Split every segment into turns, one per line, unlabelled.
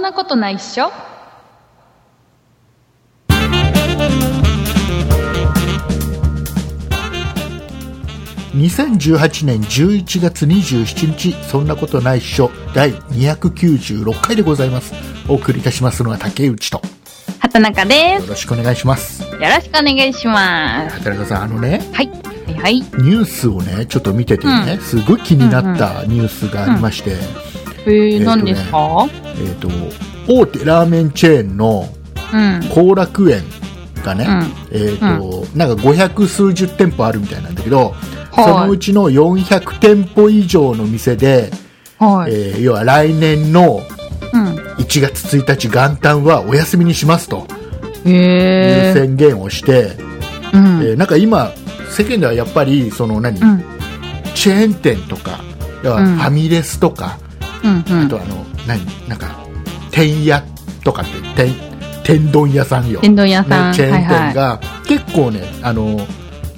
なことないっしょ
2018年11月27日そんなことないっしょ第296回でございますお送りいたしますのは竹内と
畑中で
よろしくお願いしま
す
す
よろしくお願いします
畑中さんあのね
はいはいはい
ニュースをねちょっと見ててね、
うん
すごい気になったニュースがありまして、
え
えーとね
ー、何ですか、
えっ、と大手ラーメンチェーンの
うん
後楽園がね、
うん
えっ、と、なんか500数十店舗あるみたいなんだけ
は
ど、
い
そのうちの400店舗以上の店で、
はい、
えー要は来年の
う
1月1日元旦はお休みにしますと
ん
いう
へえ
宣言をして、
うん
えーなんか今世間ではやっぱりその何、
うん
チェーン店とか要は
うん
ファミレスとか、
うんうん
あとあの何なんかてんやとかっててん天丼屋さんよ、
天丼屋さん、
ね、チェーン
はいは
店
い
が、結構ねあの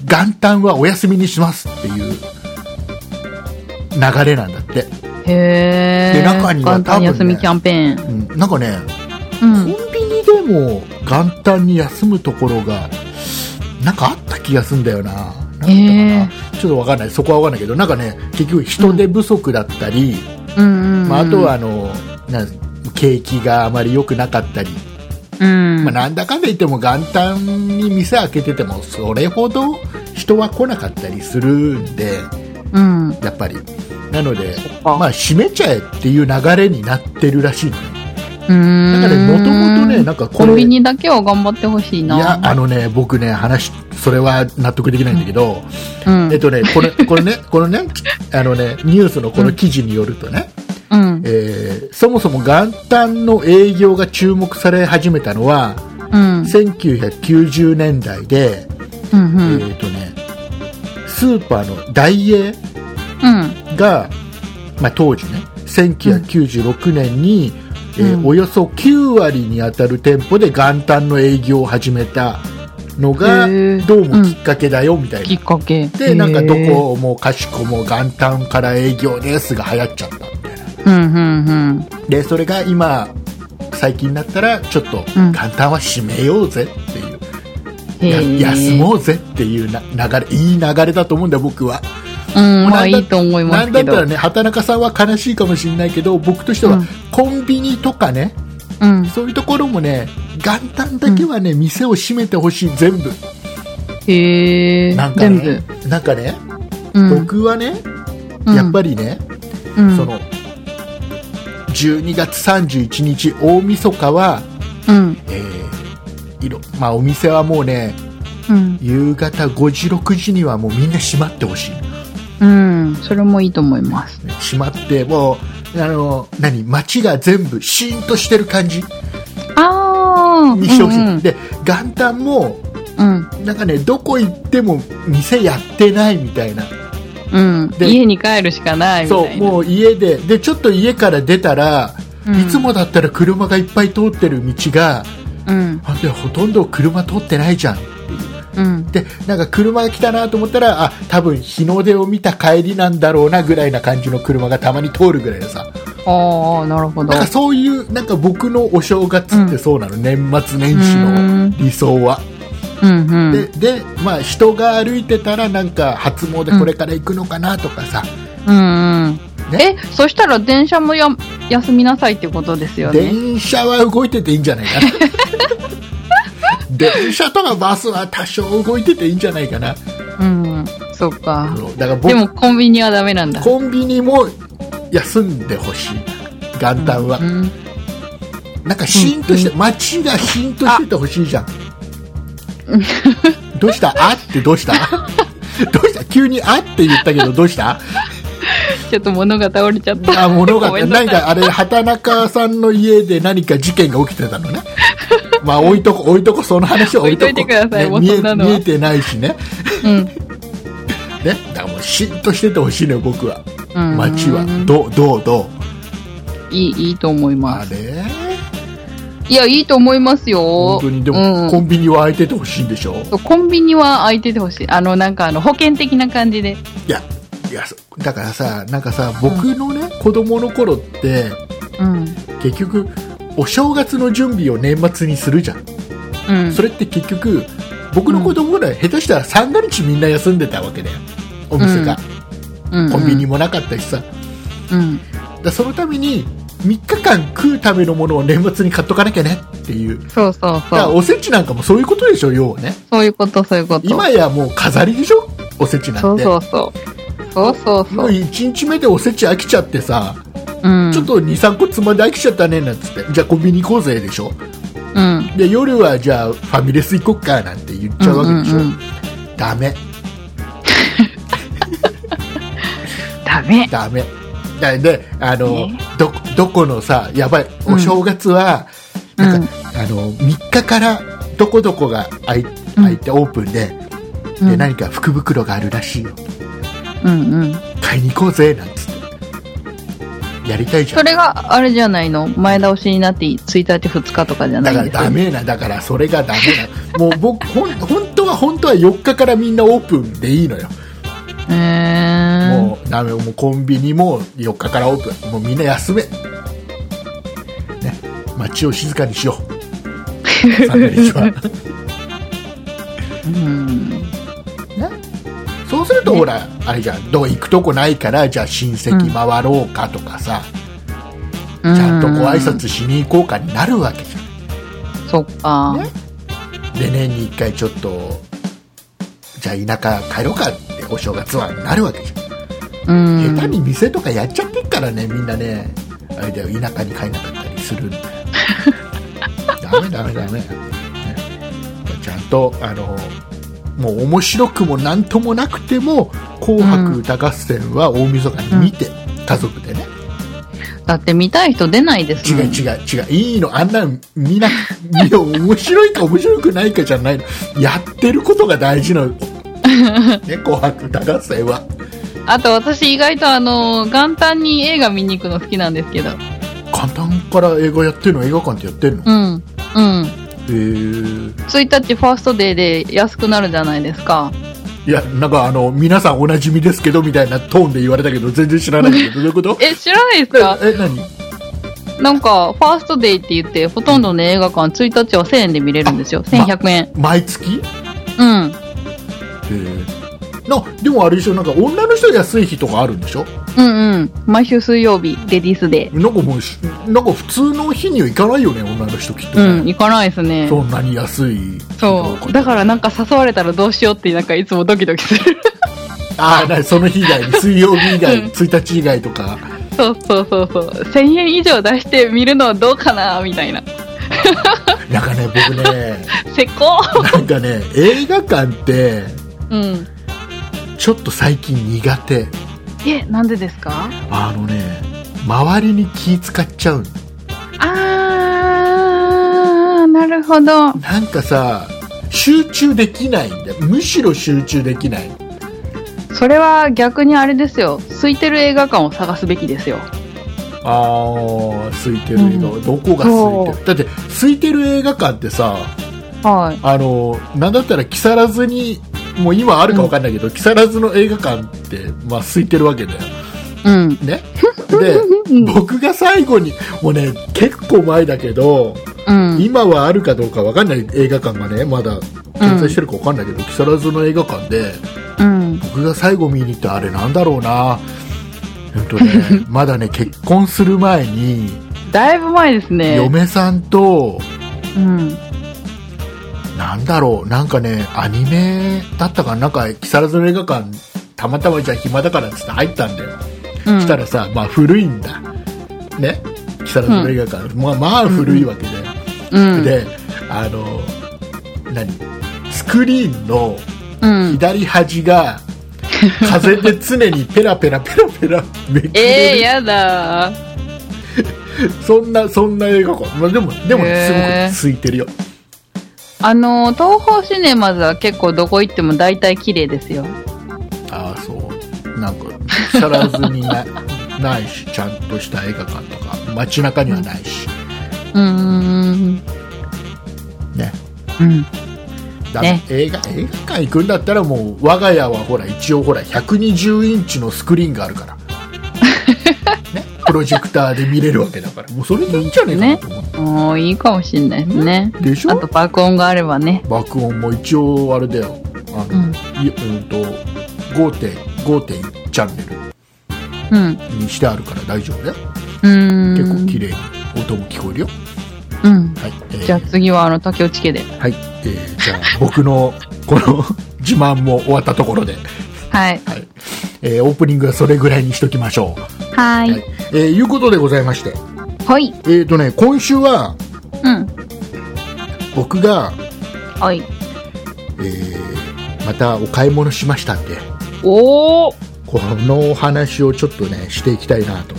元旦はお休みにしますっていう流れなんだって、
へ
で
え
中には
元
多分
旦
ね
休みキャンペーン
うん、なんかね
うん
コンビニでも元旦に休むところがなんかあった気がするんだよななんだったかな、
へ
ちょっとわかんないそこはわかんないけどなんかね結局人手不足だったり、
うんうん
まあ、あとはあのなん景気があまり良くなかったり、
うん、
まあ、なんだかんだ言っても元旦に店開けててもそれほど人は来なかったりするんで
うん
やっぱりなので、
か
まあ、閉めちゃえっていう流れになってるらしいのよ
だ
だからもともとねなんかこ
コ
れ
ンビニだけは頑張ってほしいな。
いや、あのね、僕ね、話、それは納得できないんだけど、
うん、
えっとね、これ、これね、このね、あのね、ニュースのこの記事によるとね、
うん、
えーそもそも元旦の営業が注目され始めたのは、
うん、
1990年代で、
うん、う
え
ん、
っとね、スーパーのダイエー
うん、
が、まあ、当時ね、1996年に、えー
うん
およそ9割にあたる店舗で元旦の営業を始めたのが
へー
どうもきっかけだよみたい
き
な
っ、かけ。
でなんかどこもかしこも元旦から営業ですが流行っちゃったみたいな
へー。うん、うん、
でそれが今最近になったらちょっと
うん
元旦は閉めようぜっていう、
うん。へー
や休もうぜっていうな流れいい流れだと思うんだよ僕は。
うん、ま
な
あ
ん
い
だ
いと思いま
な
す
んだ
け
っ
ど。
たらね、畑中さんは悲しいかもしれないけど、僕として
う
は、
ん
コンビニとかね、
うん。
そういうところもね、元旦だけはね、店を閉めてほしい、全部。
へえ
なん。か
全
ね
部。、
なんかね、
うん。
僕はね、
うん
やっぱりね、
うん
その、12月31日、大晦日は、
うん、
えーいろ、まあお店はもうね、
うん、
夕方5時、6時にはもうみんな閉まってほしい。
うん。それもいいと思います。
閉まって、もう、あの、何、街が全部シーンとしてる感じ。
ああ。
にしてほしい、
うんうん
で元旦も
うん、
なんかねどこ行っても店やってないみたいな
うん。
で
家に帰るしかないみたい
そ
な。
うもう家ででちょっと家から出たら、
うん
いつもだったら車がいっぱい通ってる道が
うん、
あでほとんど車通ってないじゃん
うん。
でなんか車が来たなと思ったらあ多分日の出を見た帰りなんだろうなぐらいな感じの車がたまに通るぐらいでさ
ああ、なるほど
なん。かそういうなんか僕のお正月ってそうなの、年末年始の理想は。
うん、うん。
でで、まあ、人が歩いてたらなんか初詣これから行くのかなとかさ、
うんうん。
ね
え、そしたら電車もや休みなさいってことですよね。
電車は動いてていいんじゃな いかな電車とかバスは多少動いてていいんじゃないかな
うん。そうか。
そうだから
でも
僕
コンビニはダメなんだ。
コンビニも休んでほしい元旦は、
うん。
なんかシーンとして、街がシーンとしててほしいじゃんどうしたあってどうした どうした急にあって言ったけどどうした
ちょっと物が倒れちゃった。
あ物が
ごめんなさ
何
い
かあれ畑中さんの家で何か事件が起きてたのね まあ置いとこ置いとこその話は置いとこ
置いといてくださいもう
見
そん
え
なのは
見えてないしねね
うん。
だからもうシーンとしててほしいのよ僕は
うん
街はどうどうどう
いい、いいと思いま
あ
す。
れ
いや、いいと思いますよ。
本当にで
う
も、
ん
コンビニは開いててほしいんでしょ
そうコンビニは空いててほしい。あの、なんかあの、保険的な感じで。
いやいやそだからさなんかさ僕のね、子供の頃って
うん。
結局お正月の準備を年末にするじゃん。
うん。
それって結局、僕の子供ぐらい下手したら三が日みんな休んでたわけだよ。お店が。
うん
コンビニ。もなかったしさ。だか
うん。
らそのために、3日間食うためのものを年末に買っとかなきゃねっていう。だ
そうそう
から
そう。
おせちなんかもそういうことでしょ、要はね。
そういうこと、そういうこと。
今やもう飾りでしょおせちなんて。
そうそうそう。そうそう
も
そうう。
1日目でおせち飽きちゃってさ、
うん。
ちょっと2、3個つまんで飽きちゃったねなんつって、じゃあコンビニ行こうぜでしょ。
うん。
で、夜はじゃあファミレス行こっかなんて言っちゃうわけでしょ。
うんうんうん
ダメ、
ダメ。
ダメ。だで、あの
ね、
ど、どこのさ、やばい、お正月は、
うん
なんか、あの、3日からどこどこが開い開いてオープンで、
う
で、
ん
何か福袋があるらしいよ。
うんうん。
買いに行こうぜなんつって。やりたいじゃん
そ。れがあれじゃないの前倒しになって1日2日とかじゃな
だ
い
か
ん
ら
です
ダメな、だからそれがダメな。もう僕、ほん、本当は本当は4日からみんなオープンでいいのよ。
えー、
もうダメ、もうコンビニも4日からオープン。もうみんな休め。ね。街を静かにしよう。三が日 は。
うん
ね。そうするとほら、あれじゃん、どう行くとこないから、じゃあ親戚回ろうかとかさ、
うん
ちゃんとご挨拶しに行こうかになるわけじゃん。
そっか、
ねで年に1回ちょっとじゃあ田舎帰ろうかってお正月はなるわけじゃ、
うんん
下手に店とかやっちゃってっからねみんなねあれだよ田舎に帰んなかったりする んだよダメダメダメ、ね、ちゃんとあのもう面白くも何ともなくても「紅白歌合戦」は大晦日に見て、家族でね
だって見たい人出ないです
違う
もん
違う違ういいのあんなん見な見よう面白いか面白くないかじゃないのやってることが 大事なのね紅白歌合戦は
あと私意外とあの元旦に映画見に行くの好きなんですけど
簡単から映画やってるの映画館ってやってるの、
うんうん
へ
1日ファーストデーで安くなるじゃないですか
えいやなんかあの皆さんおなじみですけどみたいなトーンで言われたけど全然知らないけどどういうこと
え知らないですか
え何
なんかファーストデーって言ってほとんどの映画館1日は1000円で見れるんですよ
あま
1100円
毎月へ
うん
えなでもあれでしょなんか女の人安い日とかあるんでしょ
うんうん毎週水曜日レディースデー
なんかもうしなんか普通の日には行かないよね女の人きっとね、
うん行かないですね
そんなに安い
そう。だからなんか誘われたらどうしようって、なんかいつもドキドキする。
ああ、なその日以 外に、水曜日以外、
うん
1日以外とか。
そうそうそうそう。1000円以上出して見るのはどうかなみたいな。
なんかね、僕 ね、
せこ
なんかね、映画館って、
うん。
ちょっと最近苦手。
え、なんでですか
あのね、周りに気使っちゃうの。
あー、なるほど。
なんかさ、集中できないんだよ。むしろ集中できない。
それは逆にあれですよ。空いてる映画館を探すべきですよ。
ああ、空いてる映画、
うん
どこが空いてるだって、空いてる映画館ってさ、
はい。
あの、なんだったら木更津に、もう今あるかわかんないけど、木更津の映画館って、まあ空いてるわけだよ。
うん。
ね。で、僕が最後に、もうね、結構前だけど、
うん。
今はあるかどうかわかんない映画館がね、まだ存在してるかわかんないけど、木更津の映画館で、
うん。
僕が最後見に行ったあれなんだろうな。うんと ね、まだね、結婚する前に、
だいぶ前ですね。
嫁さんと、
うん。
なんだろう、なんかね、アニメだったかな、なんか、木更津の映画館、たまたまじゃあ暇だからっつって入ったんだよ。
うん。
したらさ、まあ古いんだ。ね。木更津の映画館、まあまあ古いわけで。
うん。
で、あの、何スクリーンの
うん。
左端が、風で常にペラペラペラペラめくれ
えー、
る、
やだー。
そんな、そんな映画館。まあでも、でも、す
へー
ごく空いてるよ。
あの、東方シネマズは結構どこ行っても大体綺麗ですよ。
ああ、そう。なんか、木更津にな ないし、ちゃんとした映画館とか、街中にはないし。
うーん。
ね。
うん。
だめ
ね
映画映画館行くんだったらもう我が家はほら一応ほら120インチのスクリーンがあるから、ね、プロジェクターで見れるわけだからもうそれでいいんじゃねえかなと思って、
もういいかもしんないですね。
でしょ
あと爆音があればね。
爆音も一応あれだよあ
う
の、
ん。
いうんと5.5.1チャンネ
うん。
ルにしてあるから大丈夫だよ
うーん。
結構綺麗に音も聞こえるよ
うん。
はい、えー
じゃあ次はあの竹内家で。
はい、えーじゃあ僕の この自慢も終わったところで、
はい。
はいえーオープニングはそれぐらいにしときましょう
は。
はいえーいうことでございまして
はい。
えっ、とね今週は
うん。
僕が、
はい。
えーまたお買い物しましたんで
おお
このお話をちょっとねしていきたいなと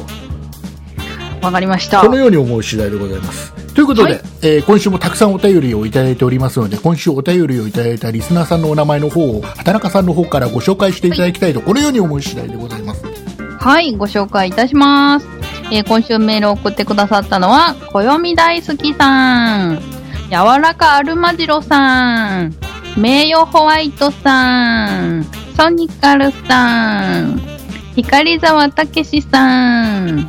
わかりました。
このように思う次第でございます。ということで、
はい
えー今週もたくさんお便りをいただいておりますので、今週お便りをいただいたリスナーさんのお名前の方を、畑中さんの方からご紹介していただきたいと、このように思う次第でございます。
はい、ご紹介いたします。えー今週メールを送ってくださったのは、こよみ大好きさん、柔らかアルマジロさん、名誉ホワイトさん、ソニカルさん、光沢たけしさん、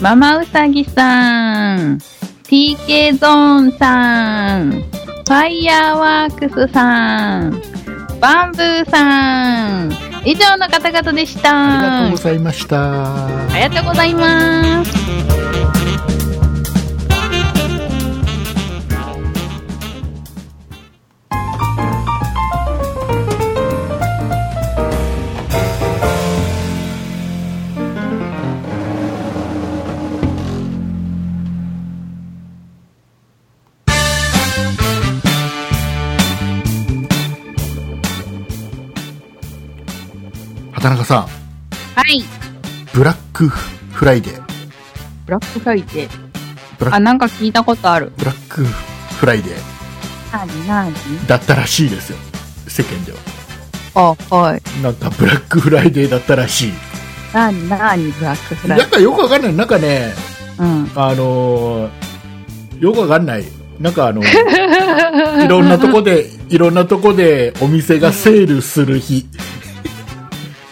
ママウサギさん、TK ゾーンさん、ファイヤーワークスさん、バンブーさん、以上の方々でした。
ありがとうございました。
ありがとうございます。
畑中さん、
はい。
ブラックフライデー。
ブラックフライデー。
ブラック
あ、なんか聞いたことある。
ブラックフライデー
なになに
だったらしいですよ。世間では。
あ、はい。
なんかブラックフライデーだったらしい。
なになにブラックフライ
な
デ
んかよくわかんない。なんかね、
ー。
あのーよくわかんない。なんか あの、
うん。
いろんなとこで、いろんなとこでお店がセールする日。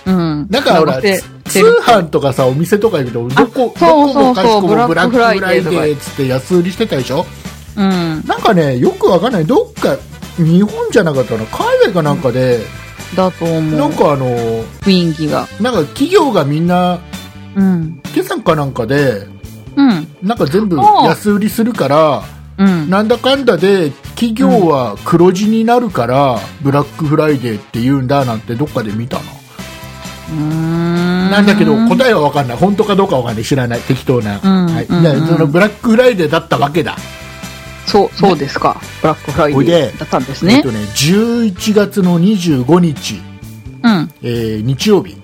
うん。
なんかほら、
せ
つ通販とかさ、お店とか行くと、どこ、
あそう
どこもかしこ
そうそ
も
う
ブラック
ブ
フ
ラッ
ラ
ク
イ
フライデ
デ
ーとか
ーっつって安売りしてたでしょ
うん。
なんかね、よくわかんない。どっか、日本じゃなかったの海外かなんかで、
だと思
な。
うん
かあの、
雰囲気が。
なんか企業がみんな、
うん。
今朝かなんかで、
うん。
なんか全部
おう
安売りするから、
うん。
なんだかんだで企業は黒字になるから、ブラックフライデーって言うんだなんてどっかで見たな。
な
なんだけど答えは分かんない本当かどうか分かんない知らない適当な、
うん
はい
うん
でそのブラックフライデーだったわけだ、
そう、そうですか。ブラックフライ
ほい
デ
で
ーだったんです
えっ
ね
と。ね、11月の25日、
うん。うん。
えー日曜日、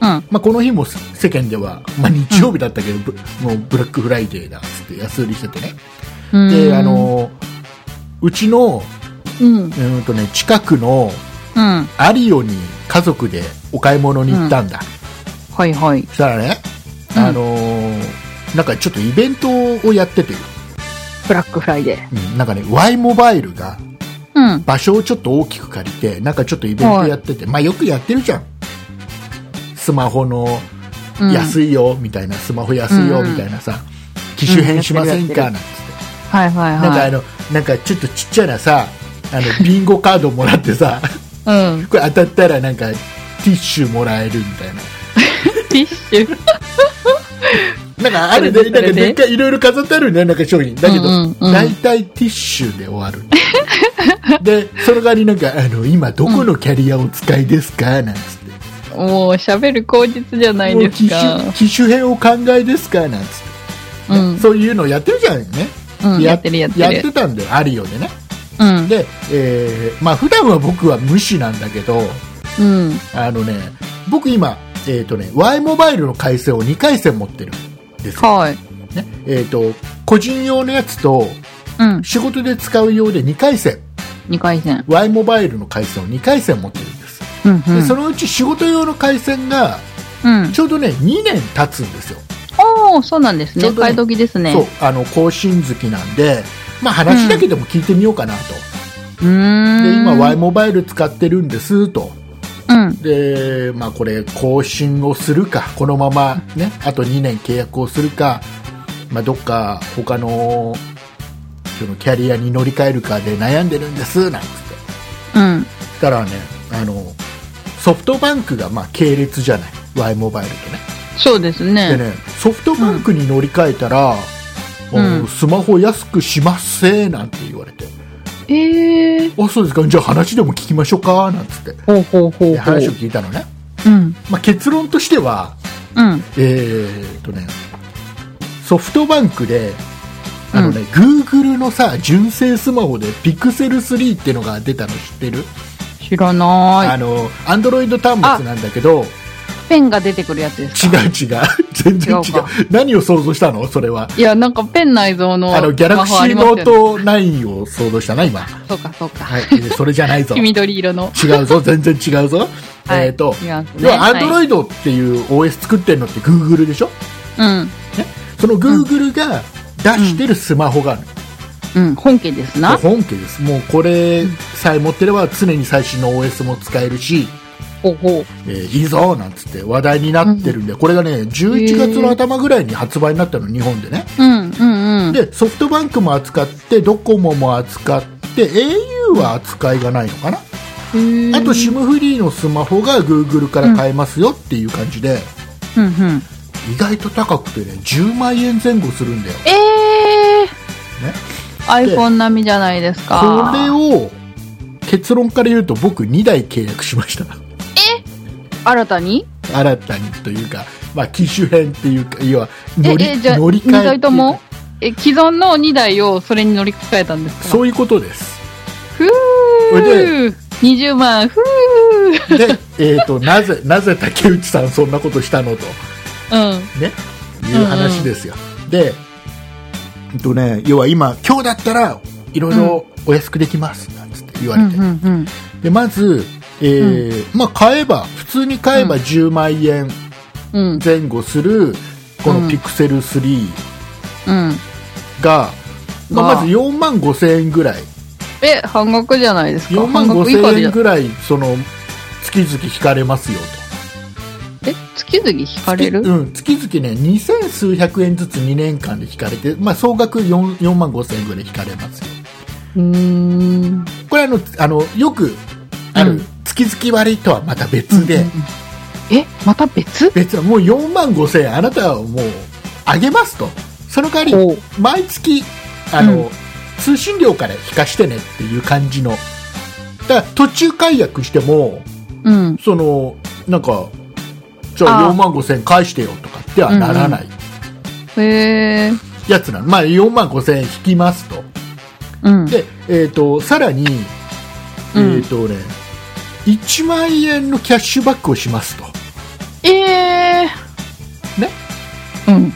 あ
まあ、この日も世間では、まあ、日曜日だったけど、ぶもうブラックフライデーだっつって安売りしててねであ、のうちの、
うん。
うーんとね、近くの
うん。
アリオに家族でお買い物に行ったんだ、
はいはい。
そしたらね、
うん
あのーなんかちょっとイベントをやってて、
ブラックフライデー。
うんなんかね Y モバイルが
うん。
場所をちょっと大きく借りてなんかちょっとイベントやってて、まあよくやってるじゃんスマホの
うん。
安いよみたいな、スマホ安いよ
うん
みたいなさ、機種変しませんか、
うん
なんつって
はいはい
なんかあ
は
のなんかちょっとちっちゃなさあのビンゴカードもらってさ
い。うん。
これ当たったらなんかティッシュもらえるみたいな
ティッシュ。
なんかあれ
そ
で
れでそ
なんか
れで
でっかいいろいろ飾ってあるんだよなんか商品だけど、
うんうんうん
大体ティッシュで終わるでその代わりなんかあの今どこのキャリアをお使いですか、なんつって
もう喋る口実じゃない
もう
です
機
か。
種機種変を考えですかなんつって、ね
うん
そういうのやってるじゃんね、
うん、やってるやって
やっ
る。
てたんだよアリオでね
うん。
で、えーまあ普段は僕は無視なんだけど
うん。
あのね僕今えっ、とね Y モバイルの回線を2回線持ってるんですよ
はい。
ねえー、と個人用のやつと
うん。
仕事で使う用で2回線
二回戦。
Y モバイルの回線を2回線持ってるんです、
うん。う
でそ
ん。
のうち仕事用の回線が
うん。
ちょうどね2年経つんですよ、
おー、そうなんです
ち
ね。
ょうどね
買い時ですね。
そうあの更新好きなんで、まあ、話だけでも聞いてみようかなと、
うーん。
で今 Y モバイル使ってるんですと
ううん。
で、まあ、これ更新をするかこのまま、ね、あと2年契約をするか、まあ、どっか他のそのキャリアに乗り換えるかで悩んでるんですなんつって
うん。
そしたらねあのソフトバンクがまあ系列じゃない Y モバイルとね
そうです
で
ね。
ねソフトバンクに乗り換えたら、
うん
おスマホ安くしますせーなんて言われて
ええー。
あそうですかじゃあ話でも聞きましょうかなんつって
ほうほうほう
で
ほう。
話を聞いたのね、
うん。
まあ、結論としては
うん。
えーっとね、ソフトバンクで、あのね、Google のさ、純正スマホで Pixel 3ってのが出たの知ってる、
知らな
あ
い。
の、Android 端末なんだけど、
ペンが出てくるやつです
違
か
う違う。全然違う
違うか。
何を想像したのそれは。
いや、なんかペン内蔵の。
あの、ギャラクシ
ス
ーノー
マホあり
ト9を想像したな、今。は
ますよね。そうか、そうか。
い。えーそれじゃない ぞ。
黄緑色の。
違うぞ、全然違うぞ。
はい
えーっと、
ニュアンスね
要は
はい
Android っていう OS 作ってるのって Google でしょ
うん。
その Google が出してるスマホがあるの
うん。本家ですな。
本家ですもうこれさえ持ってれば常に最新の OS も使えるし、
ほうほう。
えーいいぞなんつって話題になってるんで、これがね11月の頭ぐらいに発売になったの日本でね
うん、うん、うん。
でソフトバンクも扱ってドコモも扱って au は扱いがないのかな、
へー
あと SIM フリーのスマホが Google から買えますよっていう感じで、
うん、うん。
意外と高くてね10万円前後するんだよ
ええー。iPhone 並みじゃないですか。
これを結論から言うと僕2台契約しました
新たに
新たにというか、まあ、機種編っていうか要は乗り
え、え、じゃあ、
乗り換え
2
っていう
台
か
ともえ、既存の2台をそれに乗り換えたんですか
そういうことです
ふ
それ
ぅ !20 万、ふぅ
で、えー、となぜなぜ竹内さんそんなことしたのと
うん。
ねいう話ですよ、で、えっとね、要は今今日だったらいろいろお安くできますなんつって言わ
う
れ
ん、
て、
うん、うん。
でまず、えーまあ、買えば普通に買えば10万円
うん、
前後するこ
う
の
ん
ピクセル3
うん。
が、まあ
わあ
まず4万5000円ぐらい
え、半額じゃないですか
4万
半額以下
5000
で
円。ぐらいその月々引かれますよと
え、月々引かれる
うん、月々ね2000数百円ずつ2年間で引かれて、まあ、総額 4, 4万5000円ぐらい引かれますよ
うーん。
これあのあのよくあ
う
る
ん
月々割とはまた別で、
うんえ、また別
別はもう4万5000円あなたはもうあげますとその代わ
お
り
う
毎月あの、
う
通信料から引かしてねっていう感じのだから途中解約しても
うん。
そのなんかじゃ
あ
あ
あ
4万5千円返してよとかってはならない
へえ。
やつなの、まあ、4万5千円引きますと
うん。
で、えー、とさらに、え
うん
ーとね、1万円のキャッシュバックをしますと
ええ
ね
うん。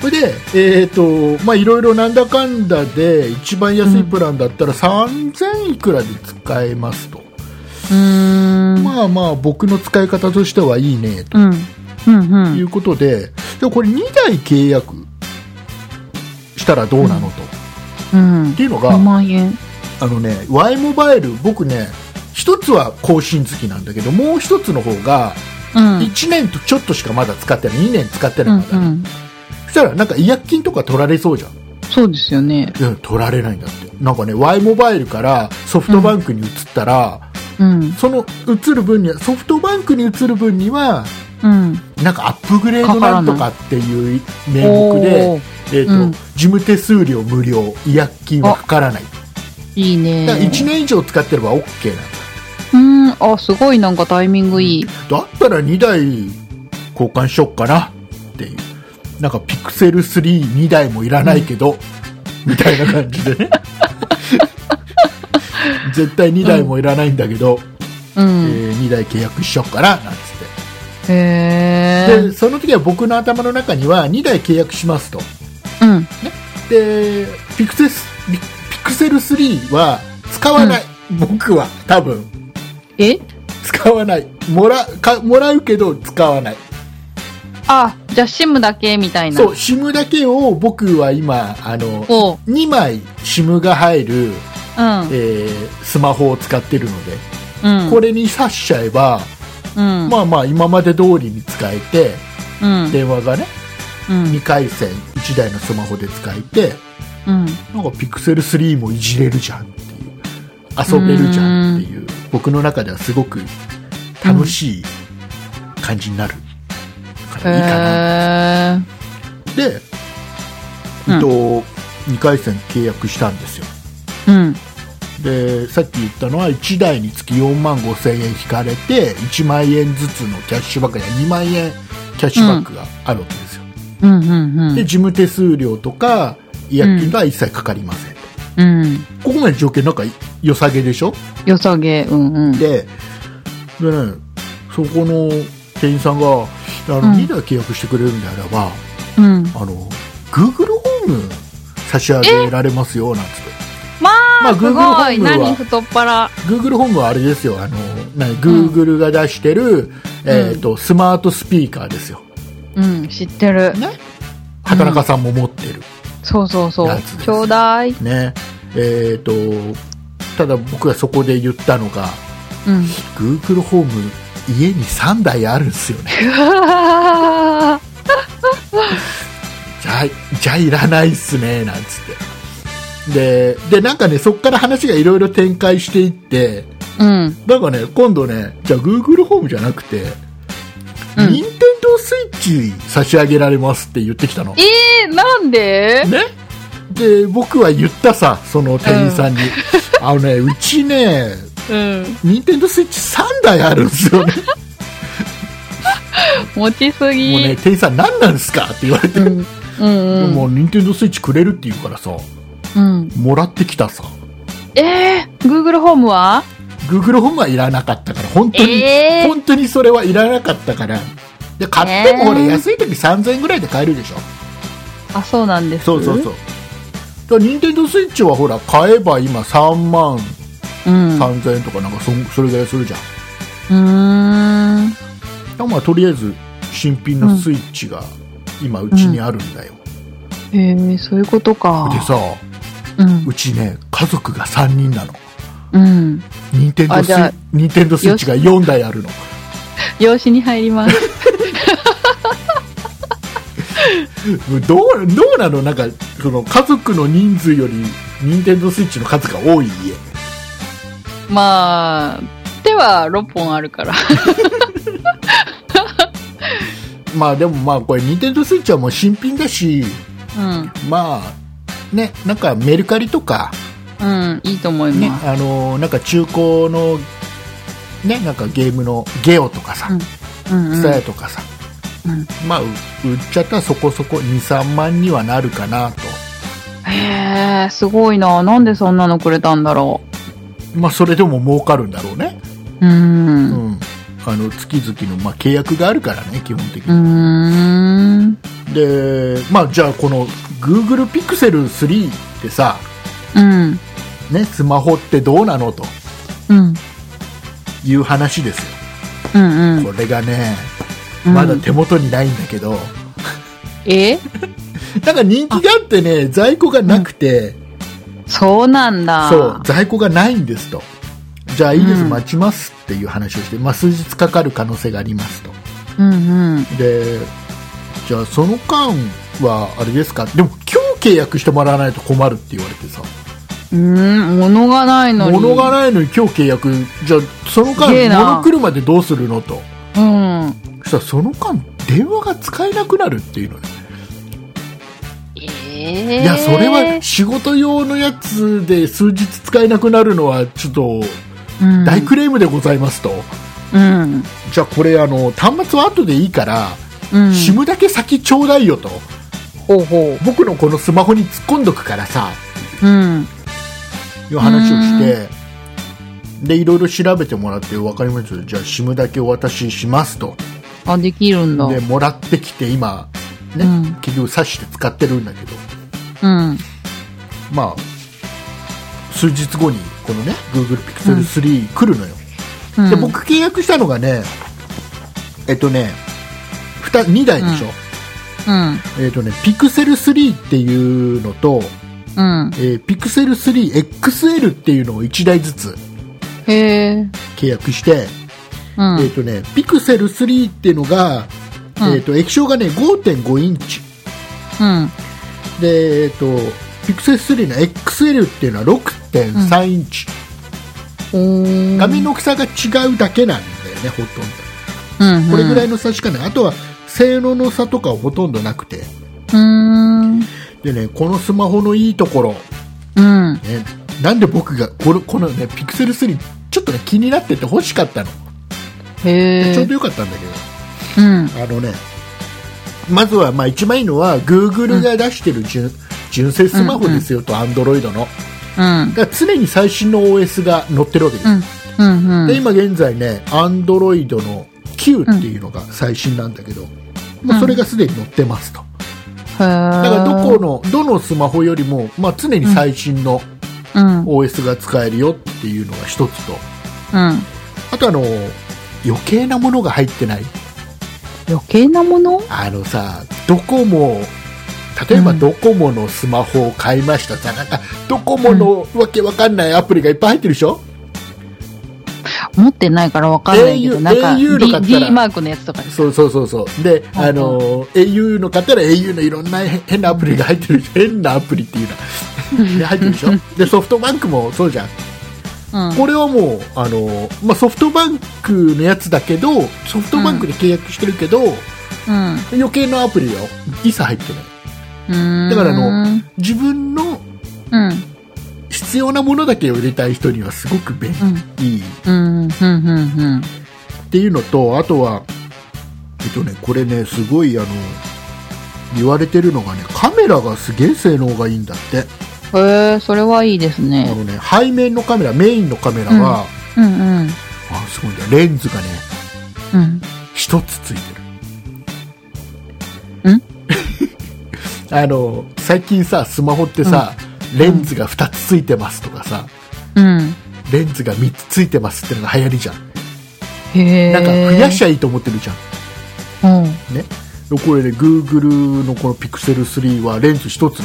それで、えーとまあ、いろいろなんだかんだで一番安いプランだったら3000いくらで使えますと、
うーん。
まあまあ僕の使い方としてはいいね
うん。うん。う
とい
ん。
うことでじゃあこれ2台契約したらどうなのと、
うん
っ。ていうのが、
5万円。
あのね、Y モバイル、僕ね、一つは更新好きなんだけど、もう一つの方が、
うん。
1年とちょっとしかまだ使ってない、2年使って
う
ない
ん
まだ、
うん。
そしたら、なんか違約金とか取られそうじゃん。い
そうですよね。
や取られないんだって。なんかね、Y モバイルからソフトバンクに移ったら、
うん。
その移る分には、ソフトバンクに移る分には、
うん。
なんかアップグレードなんとかっていう名目で、
おー
えっと
うん
事務手数料無料、違約金はかからない。
いいね。
だから1年以上使ってれば OK なんだ
うん。あ、すごいなんかタイミングいい。
だったら2台交換しよっかなっていうなんかピクセル32台もいらないけど、みたいな感じで ね絶対2台もいらないんだけど、
う
え
ん。
2台契約しよっかななんつ
へ
っ
え
て、。でその時は僕の頭の中には2台契約しますと
うん。
でピクセスピピクセル3は使わない、僕は多分
え
使わないもらかもらうけど使わない
あ、じゃあシムだけみたいな。
そう、SIM だけを僕は今、あの、
おう。
2枚 SIM が入る、
うん。
えースマホを使ってるので、
うん。
これに挿しちゃえば、
うん。
まあまあ今まで通りに使えて
うん。
電話がね
うん
2。回線1台のスマホで使えて
うん。
なんかピクセル3もいじれるじゃんっていう遊べるじゃんっていう僕の中ではすごく楽しい感じになるからいいかな、
へー
で、
うん
えっと2回線契約したんですよ
うん。
でさっき言ったのは1台につき4万5千円引かれて1万円ずつのキャッシュバックや2万円キャッシュバックがあるわけですよ、
うん。うん。う
で
ん。
事務手数料とか違約金は一切かかりません、
うん。
ここまで条件なんか良さげでしょ
よさげ。うん。うん。
でで、ね、そこの店員さんがあの、
うん
2台契約してくれるんであれば
うん。
あの Google ホーム差し上げられますよなんつって
ま
まあ
あ、す
Google ホ
ご
ー
い。
ムは
何太っ腹。
Google ホームはあれですよあのな Google が出してる、えー、とスマートスピーカーですよ
うん。知ってる。
ね畑中さんも持ってる、
そうそうそ
や
う
つです。
ちょうだい。
ねえー、とただ僕がそこで言ったのが
うん。
Google ホーム家に3台あるんですよね じゃあじゃあいらないっすねなんつってででなんかねそっから話がいろいろ展開していって
うん。
なんかね今度ねじゃあ Google ホームじゃなくて、
うん
任天堂スイッチ差し上げられますって言ってきたのね
えー、なんで
で僕は言ったさその店員さんに、あのねうちね
うん。
任天堂スイッチ3台あるんです よね
持ちす
もうね
ぎ。
店員さん何なんですかって言われて、
うん。うん。
もう任天堂スイッチくれるって言うからさ
うん。
もらってきたさ
えー、Google ホームは
Google ホームはいらなかったから本当に、
えー
本当にそれはいらなかったからで買っても
えー
ほら安い時3000円ぐらいで買えるでしょ、
あ、そうなんです。
そうそうそうだから任天堂スイッチはほら買えば今3万
う。うん。う
3000円とかなんかそんそれぐらいするじゃんだ
ーん。
からまあとりあえず新品のスイッチが今うちにあるんだよ、
えー、そういうことか。
でさ
うん。
うちね家族が3人なの
うん。
任天堂
あ
ス
じ
イ
ゃあ
任天堂スイッチが4台あるの
養子に入ります。
どうどうなのなんかその家族の人数より任天堂スイッチの数が多い家
まあ、手は6本あるから。
まあでもまあこれ任天堂スイッチはもう新品だし
うん。
まあねなんかメルカリとか
うん、いいと思い
ね、
ます。
あのーなんか中古のねなんかゲームのゲオとかさ
うんうん、う
ツ
ん。
タヤとかさ、
うん
まあう売っちゃったらそこそこ23万にはなるかなと
へえ、すごいな。なんでそんなのくれたんだろ
まあそれでも儲かるんだろうね
う。うーん。
う
うん
あの月々の、まあ、契約があるからね基本的に
ーん。
で、まあ、じゃあこの Google Pixel 3ってさ、
うん。
ね、スマホってどうなのと
うん。
いう話です
うん。うん
よこれがね
うん。
まだ手元にないんだけど、
え
なんか人気があってね在庫がなくて、
そうなんだ。
そう在庫がないんですとじゃあいいです、
うん
待ちますっていう話をして、まあ、数日かかる可能性がありますと
うんうん。
でじゃあその間はあれですかでも今日契約してもらわないと困るって言われてさ
うーん、物がないのに。
物がないのに今日契約じゃあその間
すげえな
物来るまでどうするのと
うん。
そしたらその間電話が使えなくなるっていうのよ
ええ
いやそれは仕事用のやつで数日使えなくなるのはちょっと
うん
大クレームでございますと、
うん。
じゃあこれあの端末は後でいいから
うん
SIM、だけ先ちょうだいよと
ほうほ
僕のこのスマホに突っ込んどくからさ
う。うん。
いう話をしてでいろいろ調べてもらって分かりましたじゃあ SIM だけお渡ししますと
あ、できるんだ。
でもらってきて今、ね
うん
結局刺して使ってるんだけど、
うん。
まあ、数日後にこのね Google Pixel 3来るのよ、
うん
で、僕契約したのがねえっとね 2, 2台でしょ、
うん。
えっとね Pixel 3っていうの
うん。
と、えー Pixel 3XL っていうのを1台ずつ
へえ。
契約して
うん。
えっ、とね、ピクセル3っていうのが、
うん
えっ、と、液晶がね、5.5インチ。
うん。
で、えっ、と、ピクセル3の XL っていうのは6.3インチ。
お
画面の大きさが違うだけなんだよね、ほとん
うん、
ど。これぐらい
の。
の差しかない。あとは、性能の差とかはほとんどなくて。
うん。
でね、このスマホのいいところ、
うん。
ね、なんで僕が、この、このね、ピクセル3、ちょっとね、気になってて欲しかったの。
へ
ちょう
え。
どよかったんだけど。
うん。
あのね、まずはまあ一番いいのは、Google が出してる純,、純正スマホですよと、Android の。
うん。
だから常に最新の OS が載ってるわけです。
うん。うん。
で今現在ね、Android の Q っていうのが最新なんだけど、まあ、それがすでに載ってますと。だからどこの、どのスマホよりも、まあ、常に最新の
うん。
OS が使えるよっていうのが一つと、
うん。
あとあの、余計なものが入ってない
余計なもの
あのさ、ドコモ、例えば
うん
ドコモのスマホを買いましたさ、なんかドコモのわけわかんないアプリがいっぱい入ってるでしょ、
持ってないからわかんないけど、
au
なんか
au とかだった
D,
ら
D マークのやつとかです。
そうそうそうそう。で、
うん
あの、au の買ったら au のいろんな変なアプリが入ってる 変なアプリっていうので入ってる でしょで、ソフトバンクもそうじゃん。
うん。
これはもう、あの、まあ、ソフトバンクのやつだけど、ソフトバンクで契約してるけど、
うん。
余計なアプリが一切入ってない。
うん。
だからあ
う
の
ん。
自分の
うん。
必要なものだけを入れたい人にはすごく便利っ
うん。うん。うん。
ていうのとあとは、えっとね、これねすごいあの言われてるのがねカメラがすげえ性能がいいんだって
へえ、それはいいです
あ
ね。
の、ね、背面のカメラメインのカメラは、
うん。うん。
あすごいんだよレンズがね
うん。
一つついてる
ん
あの最近さスマホってさ、レンズが2つついてますとかさ
うん。
レンズが3つついてますってのが流行りじゃん
へえ。
なんか増やしちゃいいと思ってるじゃん
うん。
ね、これで Google のこの Pixel3 はレンズ一つな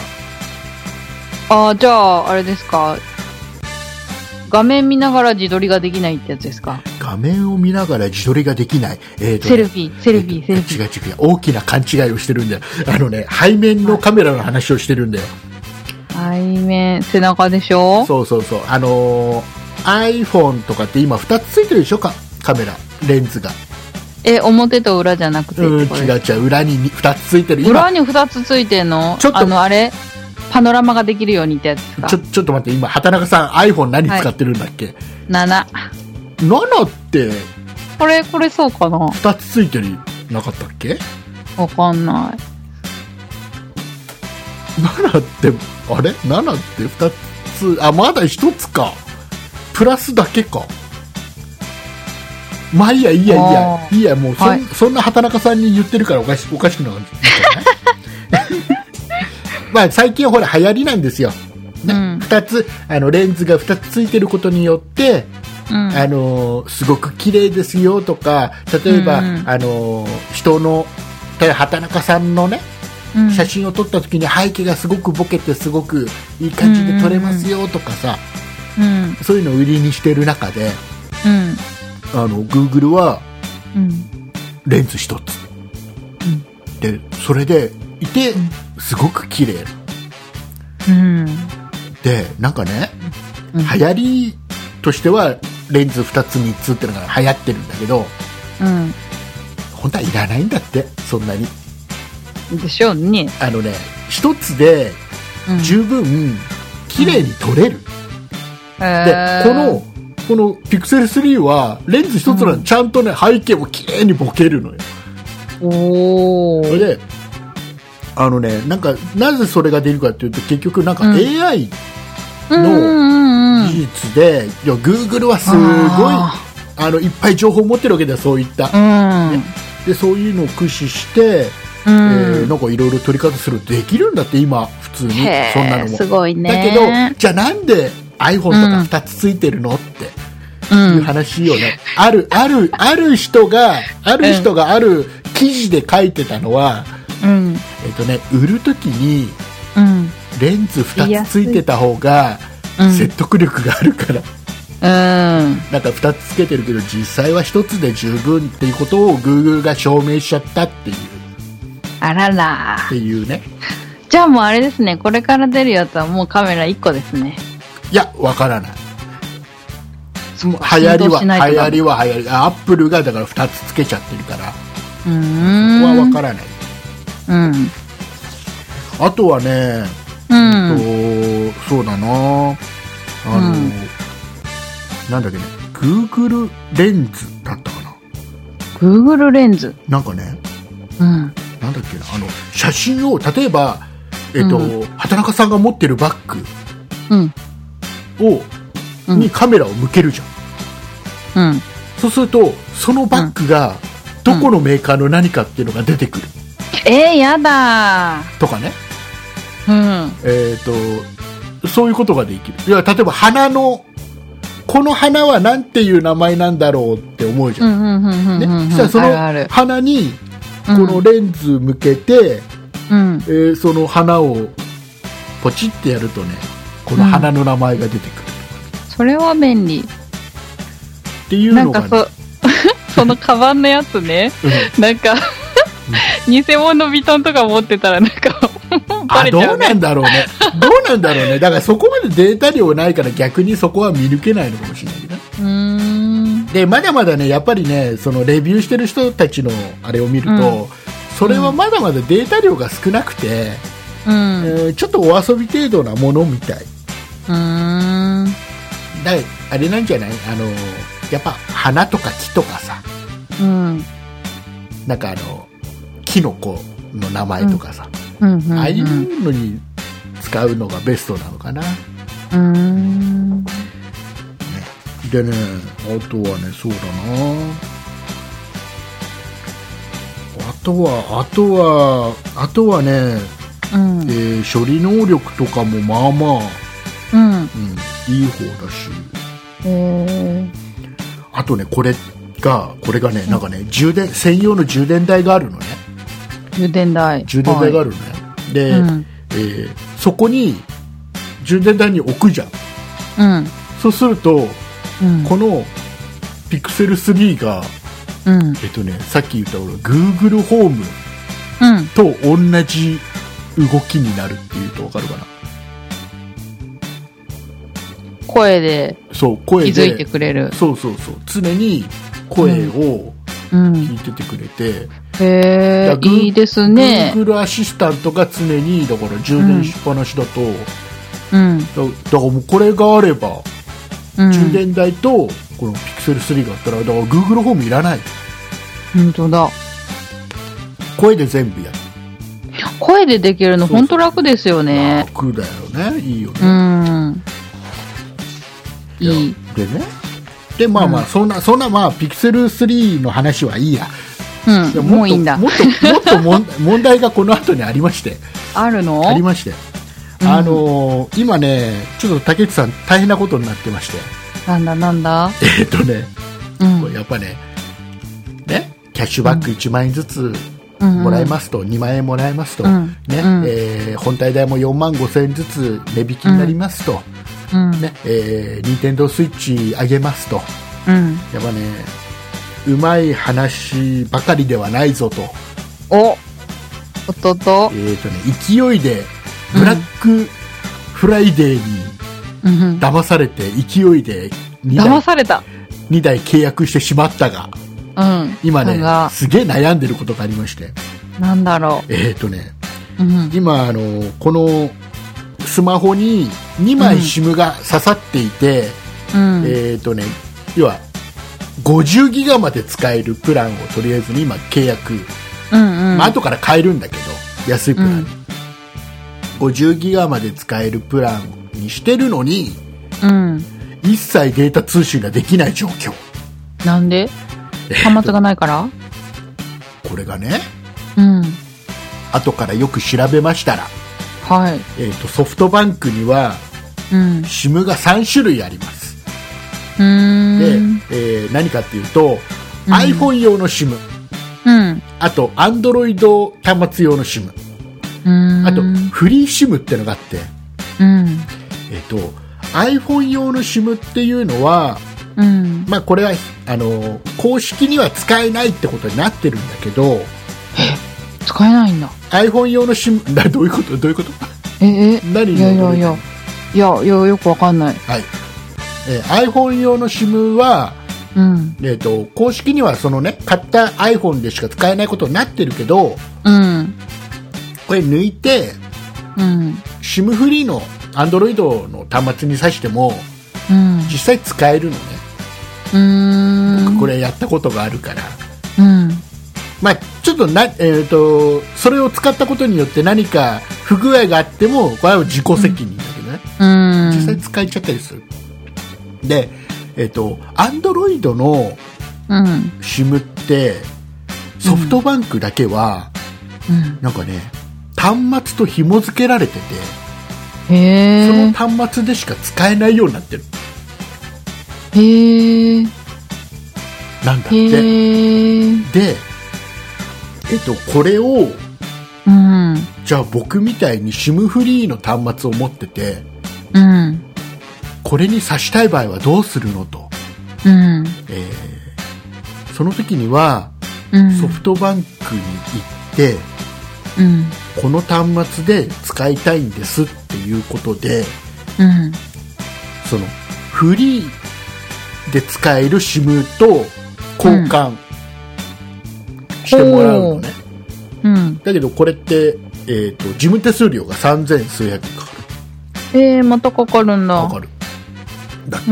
の
ああ、じゃあ、あれですか。画面見ながら自撮りができないってやつですか。
画面を見ながら自撮りができない、えーとね
セルフィー、セルフィー、セルフィー。
違う違う違う大きな勘違いをしてるんだよあのね背面のカメラの話をしてるんだよ
背面、背中でしょ
そうそうそうあのー iPhone とかって今2つついてるでしょかカメラレンズが
え、表と裏じゃなくて。
うん違う
これ
違う裏に2つついてる
裏
今
に二つついてんの
ちょっと
あの、あれパノラマができるようにってやつですか
ちょちょっと待って今畑中さん iPhone 何使ってるんだっけ、
?7。
7って
これ、これそうかなわ
2つついてるなかったっけ
かんない。
7ってあれ7って2つあまだ1つかプラスだけかまあいいやいいやいいや
あー
いいやもうそ,、
はい
そんな畑中さんに言ってるからおかしおかしくなるんじゃない まあ最近はほら流行りなんですよ、
う
ね
ん
2つあのレンズが2つついてることによって、
うん。
あのーすごく綺麗ですよとか例えば、
うんうん
あのー人の例えば畑中さんのね
うん
写真を撮った時に背景がすごくボケてすごくいい感じで撮れますよとかさ、
うん。
そういうのを売りにしてる中で
うん。
あの Google は
うん。
レンズ一つ、でそれでいてすごく綺麗
うん。
でなんかね、
うん
流行りとしてはレンズ2つ3つってのが流行ってるんだけど
うん。
本当はいらないんだってそんなに
うん。でしょうね。
あのね一つで
うん
十分綺麗に撮れる、で、こ、の、このピクセル3は、レンズ一つなのに、
うん
ちゃんとね、背景も綺麗にボケるのよ。
へーお
それ
ー。
で、あのね、なんか、なぜそれが出るかっていうと、結局なんか
うん
AI
うんうんうんうん
技術で、いや Google はすごい、
あ
あの、いっぱい情報を持ってるわけだよ、そういった。
うん。
で、そういうのを駆使して、
う
え
ん
ーなんかいろいろ撮り方する、できるんだって、今、普通に、
へー
そんなのも。
すごいね。
だけど、じゃあなんで iPhone とか2つついてるのって。
うん、
いう話をね、ある、ある、ある人が、ある人がある記事で書いてたのは、
うん。
えっとね、売るときに
うん。
レンズ2つついてた方が
うん
説得力があるから、
うん。
なんか2つつけてるけど実際は1つで十分っていうことを Google が証明しちゃったっていうっ
あらら。
ていうね
じゃあもうあれですね。これから出るやつはもうカメラ1個ですね。
いやわからない
そもう
流行りは
浸透し
流
ないと
行りは流行りアップルがだから2つつけちゃってるからこ
うー
こ
ん。
はわからない
うん。
あとはね
うん。
えっとそうだなあの、
うん
なんだっけね Google レンズだったかな
Google レンズ。
なんかね
うん。
なんだっけなあの写真を例えば、えっと
う
畑中さんが持ってるバッ
う
グ
ん。
を、
うん
にカメラを向けるじゃん
うん。
そうするとそのバッグがどこのメーカーの何かっていうのが出てくる
えー、やだー。
とかね、
うん。
えっとそういうことができるいや例えば花のこの花は何ていう名前なんだろうって思うじゃん
うんうんうんうん
ね
うんうん。
そした
あ
ら
るある
その花にこ
うん
のレンズ向けて、
うん。
えーその花をポチってやるとねこの花の名前が出てくる
それは便利。
っていう
な
の
ん
が、
か
ね
そ、 そのカバンのやつね。
うん
なんか、偽物のビトンとか持ってたらなんか、バ
あ
レ
ど
ちゃ
う
うね。
なんだろうねどうなんだろうねだからそこまでデータ量ないから逆にそこは見抜けないのかもしれないな
うーん。
でまだまだねやっぱりねそのレビューしてる人たちのあれを見ると、
うん
それはまだまだデータ量が少なくて、
うん。
え
う
ーちょっとお遊び程度なものみたい
ーん。
だあれなんじゃないあのやっぱ花とか木とかさ
うん。
なんかあのキノコの名前とかさ、
うんうん。
ああい
うん。
うのに使うのがベストなのかな、ね、
うーん。
でねあとはねそうだなあとはあとはあとはね、
うん。
えー処理能力とかもまあまあ、
うん。
うん、いい方だし
え
あとねこれがこれがねなんかね充電専用の充電台があるのね
ー、充電台。
充電台があるのね、で、
はいうん。
えーそこに充電台に置くじゃん
うん。
そうすると
うん。
このピクセル3が、
うん。
えっとね、さっき言った俺 Google ホーム
うん。
と同じ動きになるっていうと分かるかな
声で
そう
気
声で
づいてくれる。
そうそうそう常に声を
うん。
聞いててくれて、
へ
だ
え
から、
いいですね。
Google アシスタントが常にだから充電しっぱなしだと、
うん。
だだからもうこれがあれば
うん。
充電台とこのピクセル3があったらだから Google ホームいらない
本当だ。
声で全部やる
声でできるの
そうそう
本当楽ですよね。
楽だよねいいよね、
うん。いい。
でねでまあまあ、
うん
そんなそんなまあピクセル3の話はいいや
うん。も
っと
ういいんだ
も。っともっと問 問題がこの後にありまして
あるの
ありまして
うん
あのー今ねちょっと竹内さん大変なことになってまして
なんだなんだ
えっとね
うん。
やっぱねねキャッシュバック1万円ずつ
うんうん
もらえますと、2万円もらえますと、
うん
ね
うん
えー本体代も4万5000円ずつ値引きになりますと、
うん。
ねえー、任天堂スイッチ上げますと、
うん。
やっぱね、うまい話ばかりではないぞと、
おおっとっと
え。ーとね、勢いで、ブラックフライデーに
うんうん
騙されて、勢いで2
騙
台
された。
2台契約してしまったが、
うん。
今ね
なん、か
すげえ悩んでることがありまして、
なんだろ
えーとね、
う。うん。
今、あのこのスマホに2枚
うん
SIM が刺さっていて、
うん。
えーとね、要は50ギガまで使えるプランをとりあえずに今契約、
うんうん。
まあ後から買えるんだけど安いプランに、
うん
50ギガまで使えるプランにしてるのに
うん。
一切データ通信ができない状況
なんで端末がないから
これがね
うん。
後からよく調べましたら、
はい。
えー、とソフトバンクには
うん。う
SIM が3種類ありますで、
ーん。
えー何かっていうと、
うん
iPhone 用の SIM
うん。
あと Android 端末用の SIM
うん。
あと、フリーシムってのがあって、
うん。
えっ、と、 iPhone 用の SIM っていうのは、
うん。
まあ、これはあの公式には使えないってことになってるんだけど
使えないんだ。
iPhone 用の SIM だどういうことどういうこと
え、え、
何
い
に
や
驚
い
い
やい
てる
や。いや、いや、よくわかんない。
はいえー iPhone 用の SIM は、
うん。
えー、と公式にはその、ね、買った iPhone でしか使えないことになってるけど
うん。
これ抜いて
うん。
SIM フリーの Android の端末に挿しても
うん。
実際使えるのね、
うーん。
これやったことがあるから。
うん。
まあ、ちょっとな、えー、とそれを使ったことによって何か不具合があってもこれは自己責任だけどね、
うん。
実際使えちゃったりするでえっ、とアンドロイドの
うん。
SIM ってソフトバンクだけは、
うん。
なんかね端末と紐付けられててそ
へ
の
え。
端末でしか使えないようになってる
へえ。
なんだって
へえ。
でえっ、とこれを
うん。
じゃあ僕みたいに SIM フリーの端末を持ってて
うん。
これに挿したい場合はどうするのと、
うん。
えーその時には
うん。
ソフトバンクに行って、
うん。
この端末で使いたいんですっていうことで
うん。
そのフリーで使える SIM と交換してもらうのね、
うん。
だけどこれって、えー、と事務手数料が3000数百円かかる
ええ、またかかるんだ。
かかるだって、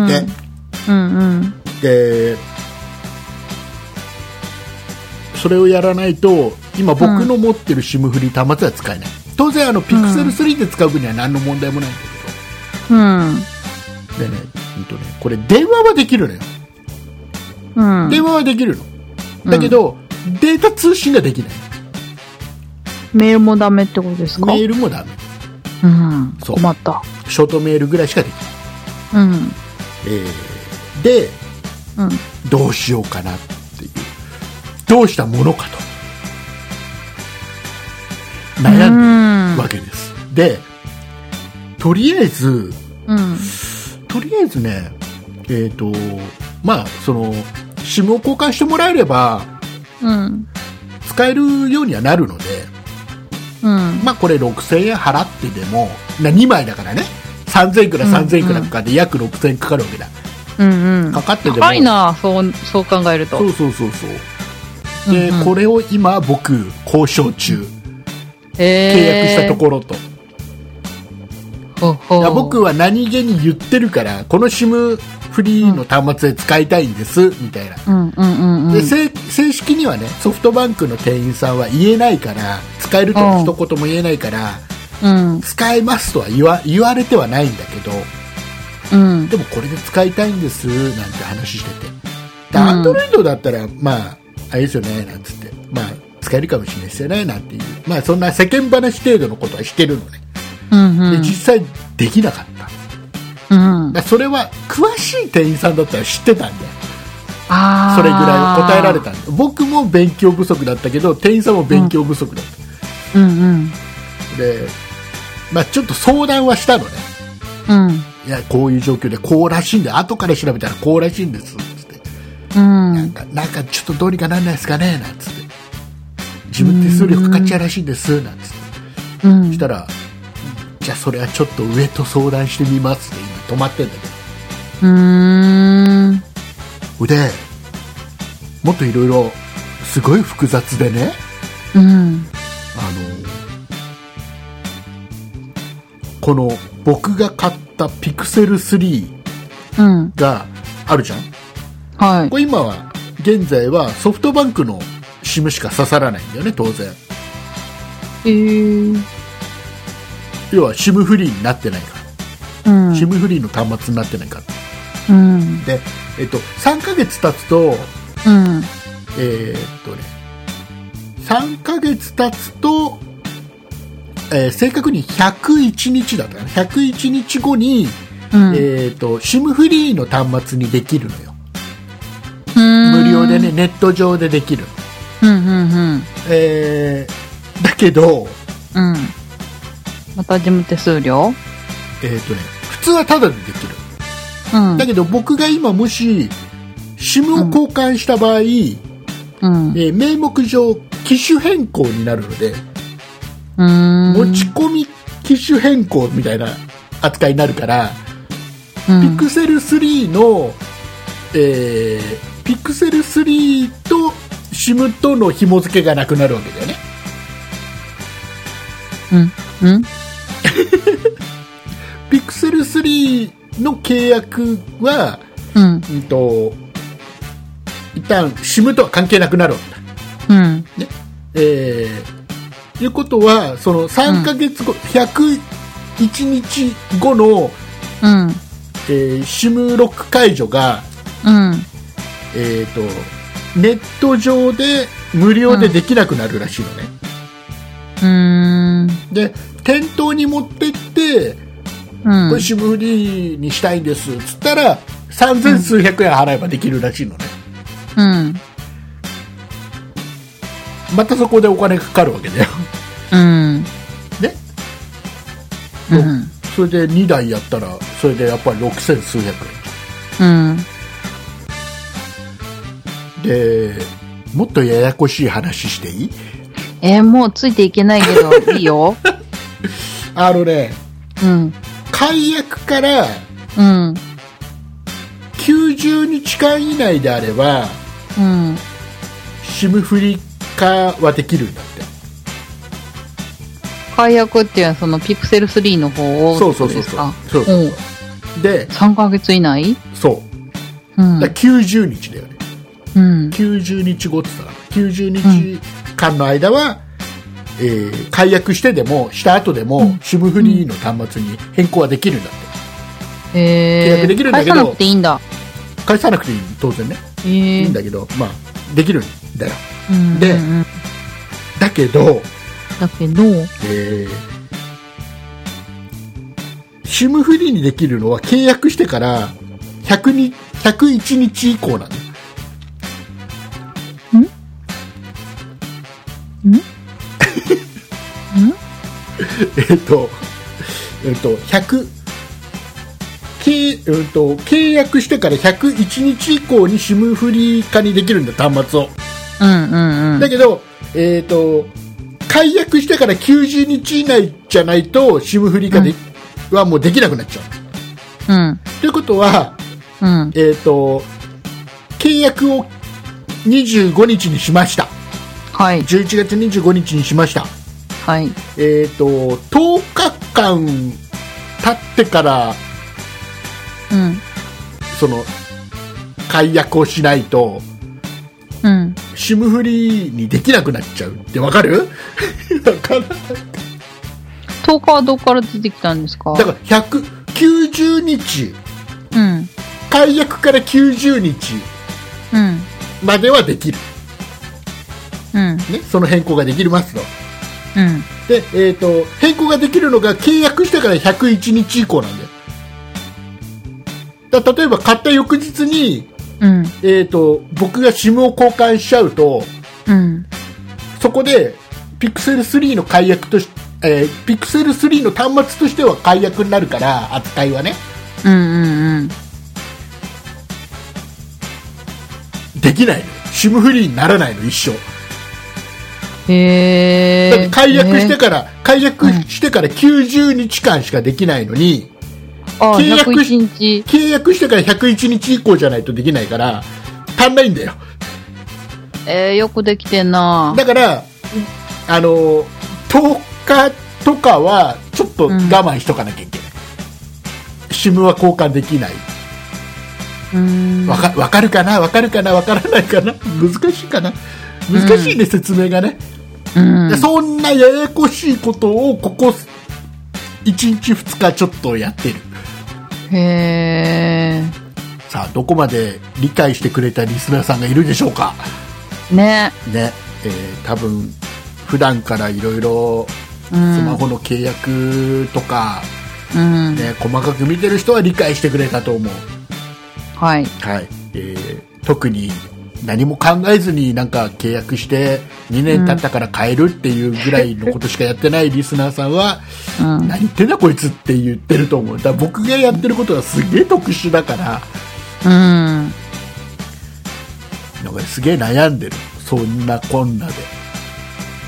うんうんうん。
でそれをやらないと今僕の持ってる SIM フリー端末は使えない、当然あの Pixel3 で使う分には何の問題もないんだ
うん。
けど、でね,、うんとねこれ電話はできるのよ、
うん。
電話はできるのだけど、データ通信ができない
メールもダメってことですか
メールもダメ
うん。
そう
困った。
ショートメールぐらいしかできない、
うん。
えーで
うん。
どうしようかなっていうどうしたものかと悩んでわけです。で、とりあえず、
うん。
とりあえずね、えっ、と、まあ、その、SIM を交換してもらえれば、
うん。
使えるようにはなるので、
うん。
まあ、これ6000円払ってでも、な2枚だからね、3000いくら
うん
3000いくらとかで約6000円かかるわけだ。
うんうん。
かかってでも。
高いな、そう、そう考えると。
そうそうそうそう。で、
うんうん
これを今、僕、交渉中、
え
契約したところと。
ろ。ほ
いや
ほ
僕は何気に言ってるからこの SIM フリーの端末で使いたいんです、みたいな
うんうんうんうん。
で正正式にはねソフトバンクの店員さんは言えないから使えるとは一言も言えないから、
うん。
使えますとは言わ言われてはないんだけど
うん。
でもこれで使いたいんですなんて話してて
う
で
ん
アンドロイドだったらまああれですよねなんつってまあ使えるかもしれないですよねなんていうまあそんな世間話程度のことはしてるのね
うんう
で
ん。
実際できなかった
うん。
だからそれは詳しい店員さんだったら知ってたんだよ
あー
それぐらい答えられ。たんだ僕も勉強不足だったけど店員さんも勉強不足だった、
うんうん。
で、まあ、ちょっと相談はしたのね
うん。
いやこういう状況でこうらしいんで後から調べたらこうらしいんですつって
う
なん
ん。
かなんかちょっとどうにかなんないですかねなんつって自分手数料かかっちゃうらしいんですなんつって
うん。
そしたらじゃあそれはちょっと上と相談してみますって今止まってんだけど
うーん。
でもっといろいろすごい複雑でね
うん。
あのこの僕が買った Pixel3
うん。
があるじゃん
はい。
これ今は現在はソフトバンクの SIM しか刺さらないんだよね当然
えー。
要は SIM フリーになってないか
うん
ら。SIM、フリーの端末になってないから
うん。
で、えっと、3ヶ月経つと
うん。
えーっとね、3ヶ月経つと、えー正確に101日だったかな。101日後に、
うん。
えーっと、SIM フリーの端末にできるのよ。
無
無料でね、。ネット上でできる。
うんうんうん。
えーだけど、
うん。また事務手数料
えーっとね、普通はタダでできる
うん
だけど僕が今もし SIM を交換した場合、
うん
えー名目上機種変更になるので、
うーん
持ち込み機種変更みたいな扱いになるから、
うん
ピクセル3の、えーピクセル3と SIM との紐付けがなくなるわけだよね
うんうん
ピクセル3の契約は、
うん
うん、と一旦 SIM とは関係なくなるわけだ
うん
えー、いうことはその3ヶ月後、101日後の、
うん
えー、SIM ロック解除が、
うん
えー、とネット上で無料でできなくなるらしいのね、
うーん
で店頭に持ってって
うん
これ SIM フリーにしたいんですっつったら3000数百円払えばできるらしいのね、
うん
またそこでお金かかるわけだよ
うん
ね
うん
それで2台やったらそれでやっぱり6000数百
う
円
ん
でもっとややこしい話していい
えーもうついていけないけどいいよ
あのね
うん
解約から
うん
90日間以内であれば
うん
SIM フリ化はできるんだって
解約っていうのはそのピクセル3の方を
そうそうそう
です
そう
か
そうそう
うん
で
3ヶ月以内
そう
うん
だから90日だよね
うん
90日後って言ったら90日間の間は、えー解約してでもした後でも、SIM フリーの端末に変更はできるんだって
えー、
契約できるんだけど
返さなくていいんだ
返さなくていい当然ね
え
い
ー、
いんだけど、まあできるんだよ
うん
で
うんうん
だけど、
だけど
えー、SIM フリーにできるのは契約してから100に101日以降なの えっと、えっと、100、契えっと、契約してから101日以降に SIM フリー化にできるんだ、端末を。
うんうんうん
だけど、えっと、解約してから90日以内じゃないと SIM フリー化で、はもうできなくなっちゃう。
うん
ということは、
うん
えっと、契約を25日にしました。
はい
11月25日にしました。
はい
えっ、と、10日間経ってから、
うん
その、解約をしないと、
うん
シムフリーにできなくなっちゃうってわかる わからない。
10日はどこから出てきたんですか
だから、190日、
うん
解約から90日
うん
まではできる。
うん
ね、その変更ができますと。
うん
で、えっ、と、変更ができるのが契約してから101日以降なんだよ。だから例えば買った翌日に、
うん
えー、と僕が SIM を交換しちゃうと
うん
そこで Pixel3 の解約とし、えー、Pixel3 の端末としては解約になるから扱いはね
うんうん
できないのよ SIM フリーにならないの一生
うんへ
だって
え
解約して
ね
から、解約してから90日間しかできないのに、
あ
契約
101日
契約してから101日以降じゃないとできないから足んないんだよ
えー、よくできてんな
だからあの10日とかはちょっと我慢しとかなきゃいけない、SIM は交換できない
うん
わかわかるかなわかるかなわからないかな難しいかな難しいね、説明がね、
うん
でそんなややこしいことをここ1日2日ちょっとやってる
へ
さあどこまで理解してくれたリスナーさんがいるでしょうか
えね
ねえー多分普段からいろいろス
うん
マホの契約とか、
うん
ね、細かく見てる人は理解してくれたと思う、
はい
はいえー特に何も考えずになんか契約して2年経ったから変えるっていうぐらいのことしかやってない リスナーさんは、
うん。
何言ってんだこいつって言ってると思うだから僕がやってることはすげえ特殊だから
うん。
なんかすげえ悩んでるそんなこんなで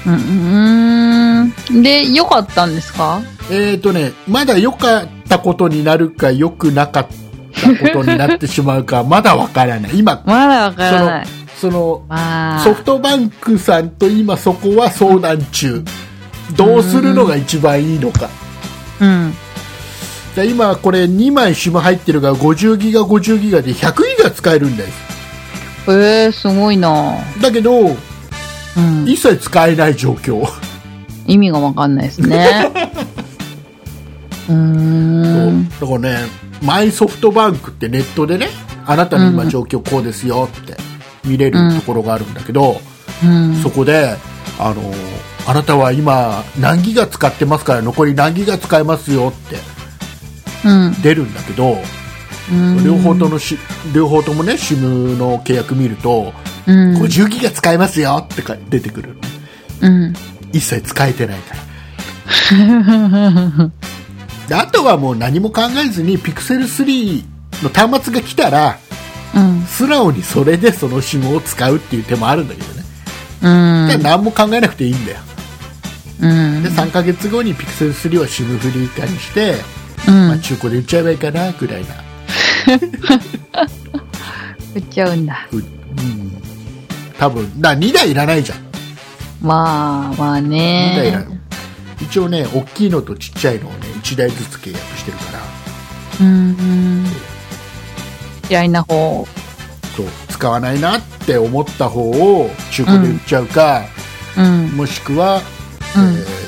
うん。うん。で、良かったんですか
えーとねまだ良かったことになるか良くなかったことになってしまうか まだわからない今
まだわからない。
その
まあ。
ソフトバンクさんと今そこは相談中どうするのが一番いいのか
うん。
じゃあ今これ2枚 SIM 入ってるが50ギガ50ギガで100ギガ使えるんです
えー、すごいな
だけど
うん。
一切使えない状況
意味がわかんないです ね。うーん。
そうだからね、マイソフトバンクってネットでね、あなたの今状況こうですよって見れるところがあるんだけど、
うん。
そこで、あの、あなたは今何ギガ使ってますから残り何ギガ使えますよって
うん。
出るんだけど、
うん
両方とのし、両方ともね、SIM の契約見ると、
うん。
50ギガ使えますよってか出てくるの。
うん。
一切使えてないから。であとはもう何も考えずに Pixel3 の端末が来たら、
うん。
素直にそれでその SIM を使うっていう手もあるんだけどね、
うん。
だから何も考えなくていいんだよ
うん
で。3ヶ月後に Pixel3 を SIM フリー化にして、
うん
まあ、中古で売っちゃえばいいかなぐらいな、
売っちゃうんだ。
ううん、多分な2台いらないじゃん2
まあ、まあ
台いらない、
ね。
一応ね大きいのとちっちゃいのをね1台ずつ契約してるから
うんうん。嫌いな方。
そう使わないなって思った方を中古で売っちゃうか、
うん。
もしくは、
うん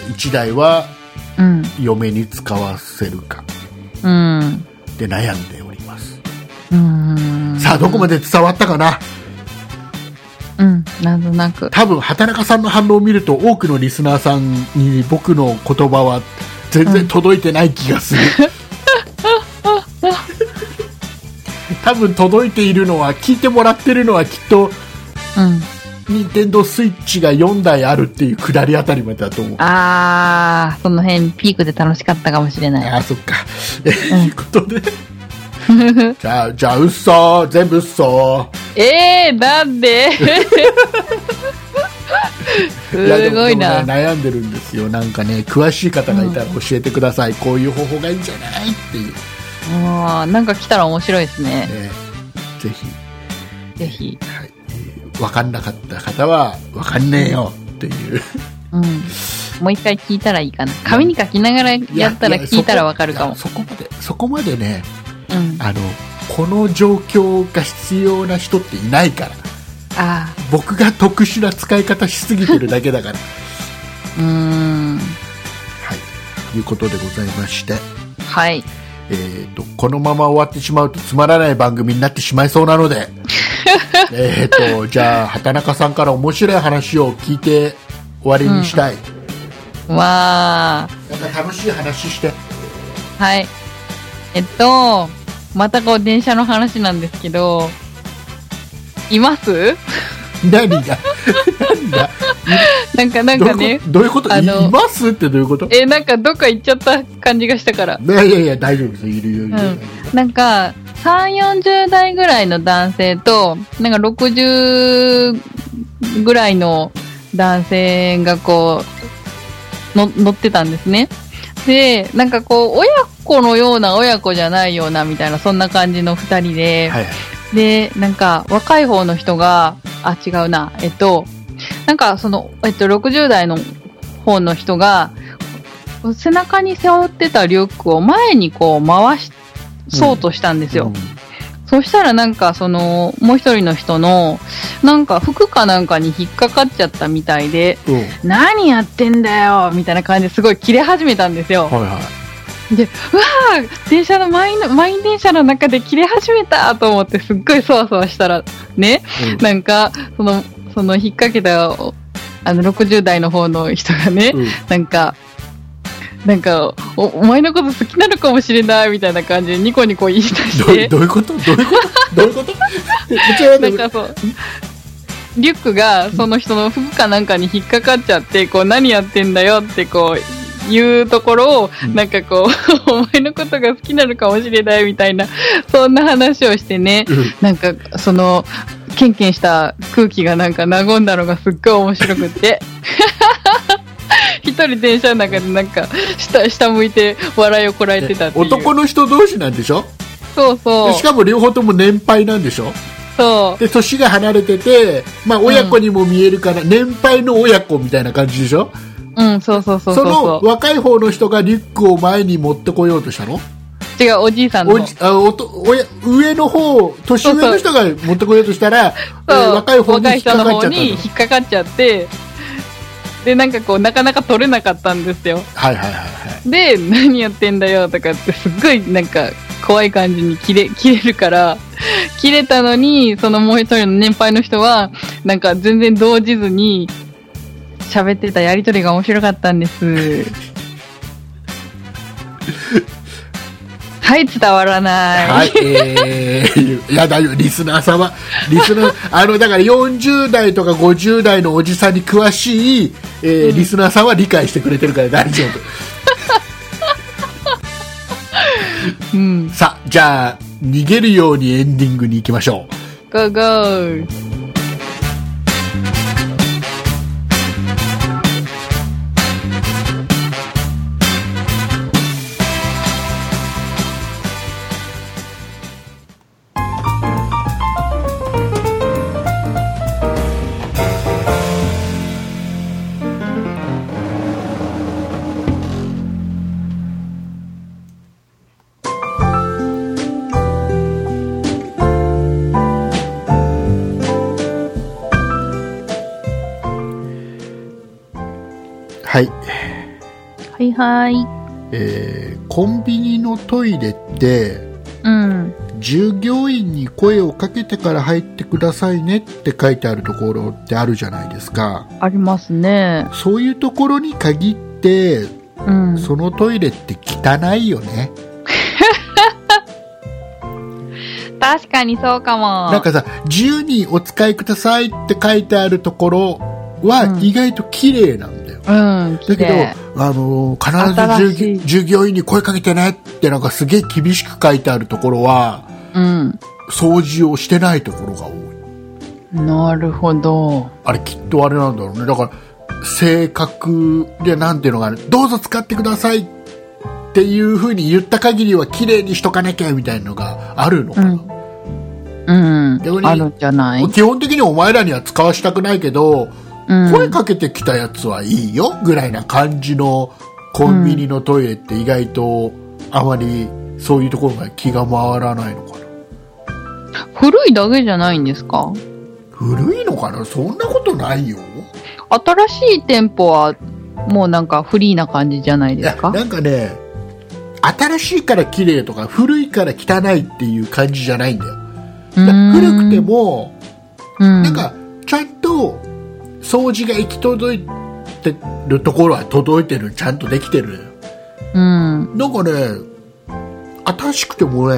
え1台は
うん。
嫁に使わせるか
うん。
で悩んでおります
うん。
さあどこまで伝わったかな
うん。なんとなく。
多分畑中さんの反応を見ると多くのリスナーさんに僕の言葉は全然届いてない気がする、 多分届いているのは聞いてもらってるのはきっと
うん。
任天堂スイッチが4台あるっていうくだりあたりまでだと思う
あー、その辺ピークで楽しかったかもしれない。
ああそっか ということでじゃあじゃあ嘘全部嘘
えー、なんで
や
すごいな。
でもでもね悩んでるんですよなんかね詳しい方がいたら教えてください、こういう方法がいいんじゃないっていう、
あーなんか来たら面白いですね。
ね、ぜひ、
ぜひ。
はいえー分かんなかった方は分かんねえよっていう
うん。もう一回聞いたらいいかな。紙に書きながら やったら
いや
聞いたらわかるかも。
そこいやそこまでそこまでね
うん。
あのこの状況が必要な人っていないから
あ
僕が特殊な使い方しすぎてるだけだから
ー、うーん。
はいいうことでございまして
はい。
えー、とこのまま終わってしまうとつまらない番組になってしまいそうなの でえーとじゃあ畑中さんから面白い話を聞いて終わりにしたい、
わあ。
なんか楽しい話して
はい。えっと、またこう電車の話なんですけど、います
何が何が
なんかなん
どう
か
いう
ね
こ、とどういうこと
あ
い
の
いますってどういうこと
え、なんかどっか行っちゃった感じがしたから。
いやいやいや大丈夫ですいるよいるよ、
うんなんか、3、40代ぐらいの男性と、なんか60ぐらいの男性がこう、の乗ってたんですね。で、なんかこう、親子のような親子じゃないようなみたいな、そんな感じの二人で、
はいはい
で、なんか、若い方の人が、あ、違うな、えっと、なんか、その、えっと、60代の方の人が、背中に背負ってたリュックを前にこう回し、そうとしたんですよ。そしたらなんか、その、もう一人の人の、なんか服かなんかに引っかかっちゃったみたいで、
うん、うん
何やってんだよみたいな感じですごい切れ始めたんですよ。
はいはい
で、うわー電車の満員の、満員電車の中で切れ始めたと思ってすっごいそわそわしたら、ね、なんか、その、その引っ掛けた、おあの、60代の方の人がね、
うんうん
なんか、なんかお、お前のこと好きなのかもしれないみたいな感じでニコニコ言い出し
どう
て
ど、ういうことどういうことどういうことちょっと待
な
って
んかそう、リュックがその人の服かなんかに引っかかっちゃって、こう何やってんだよってこう言うところを、
うん
なんかこう、 お前のことが好きなのかもしれないみたいな、そんな話をしてね、
うん
なんかその、ケンケンした空気がなんか和んだのがすっごい面白くって。 一人電車の中でなんか下下向いて笑いをこらえてたっていう
男の人同士なんでしょ
そうそう
でしかも両方とも年配なんでしょ
そう
で年が離れてて、まあ、親子にも見えるから、年配の親子みたいな感じでしょ
うん、そうそうそう
そ
そうそ
の若い方の人がリュックを前に持ってこようとしたの
う。違う、おじいさんの。
おじあおと親上の方年上の人が持ってこようとしたら
そう
えー若い方に
若
引
い
っか
人の方
かっちゃった
に
の
引っかかっちゃって、で、なんかこう、なかなか取れなかったんですよ。
はいは いはいはい
で、何やってんだよとかって、すっごいなんか、怖い感じに切れ、切れるから、切れたのに、そのもう一人の年配の人は、なんか全然動じずに、喋ってたやりとりが面白かったん です。はい、伝わらない。
はい、えー、いやだよ、リスナー様。リスナー、 あの、だから40代とか50代のおじさんに詳しい、えーリスナーさんは理解してくれてるから大丈夫。
うん。
さあ、じゃあ、逃げるようにエンディングに行きましょう。
Go go!
はい、
はいはい。
えー、コンビニのトイレって、
うん。
従業員に声をかけてから入ってくださいねって書いてあるところってあるじゃないですか。
ありますね。
そういうところに限って、
うん。
そのトイレって汚いよね。
確かにそうかも。
なんかさ、自由にお使いくださいって書いてあるところは
うん
意外と綺麗なんだよ。
うん、
だ
綺
け
麗。
ど、あのー
新
必ず従
しい
業従業員に声かけてねってなんかすげえ厳しく書いてあるところは、
うん。
掃除をしてないところが多い。
なるほど。
あれきっとあれなんだろうね。だから、性格でなんていうのがね、どうぞ使ってくださいっていう風に言った限りは綺麗にしとかなきゃみたいなのがあるのかな。
うんうん
逆。に
あるんじゃない
基本的にお前らには使わしたくないけど、
うん
声かけてきたやつはいいよぐらいな感じのコンビニのトイレって意外とあまりそういうところが気が回らないのかな
古いだけじゃないんですか
古いのかなそんなことないよ
新しい店舗は、もうなんかフリーな感じじゃない
い
で
や
すか
なんかね新しいから綺麗とか古いから汚いっていう感じじゃないんだよだから古くて、も
うーん
なん、かちゃんと掃除が行き届いてるところは届いてるちゃんとできてる
うん。うん
なんかね、新しくてもね、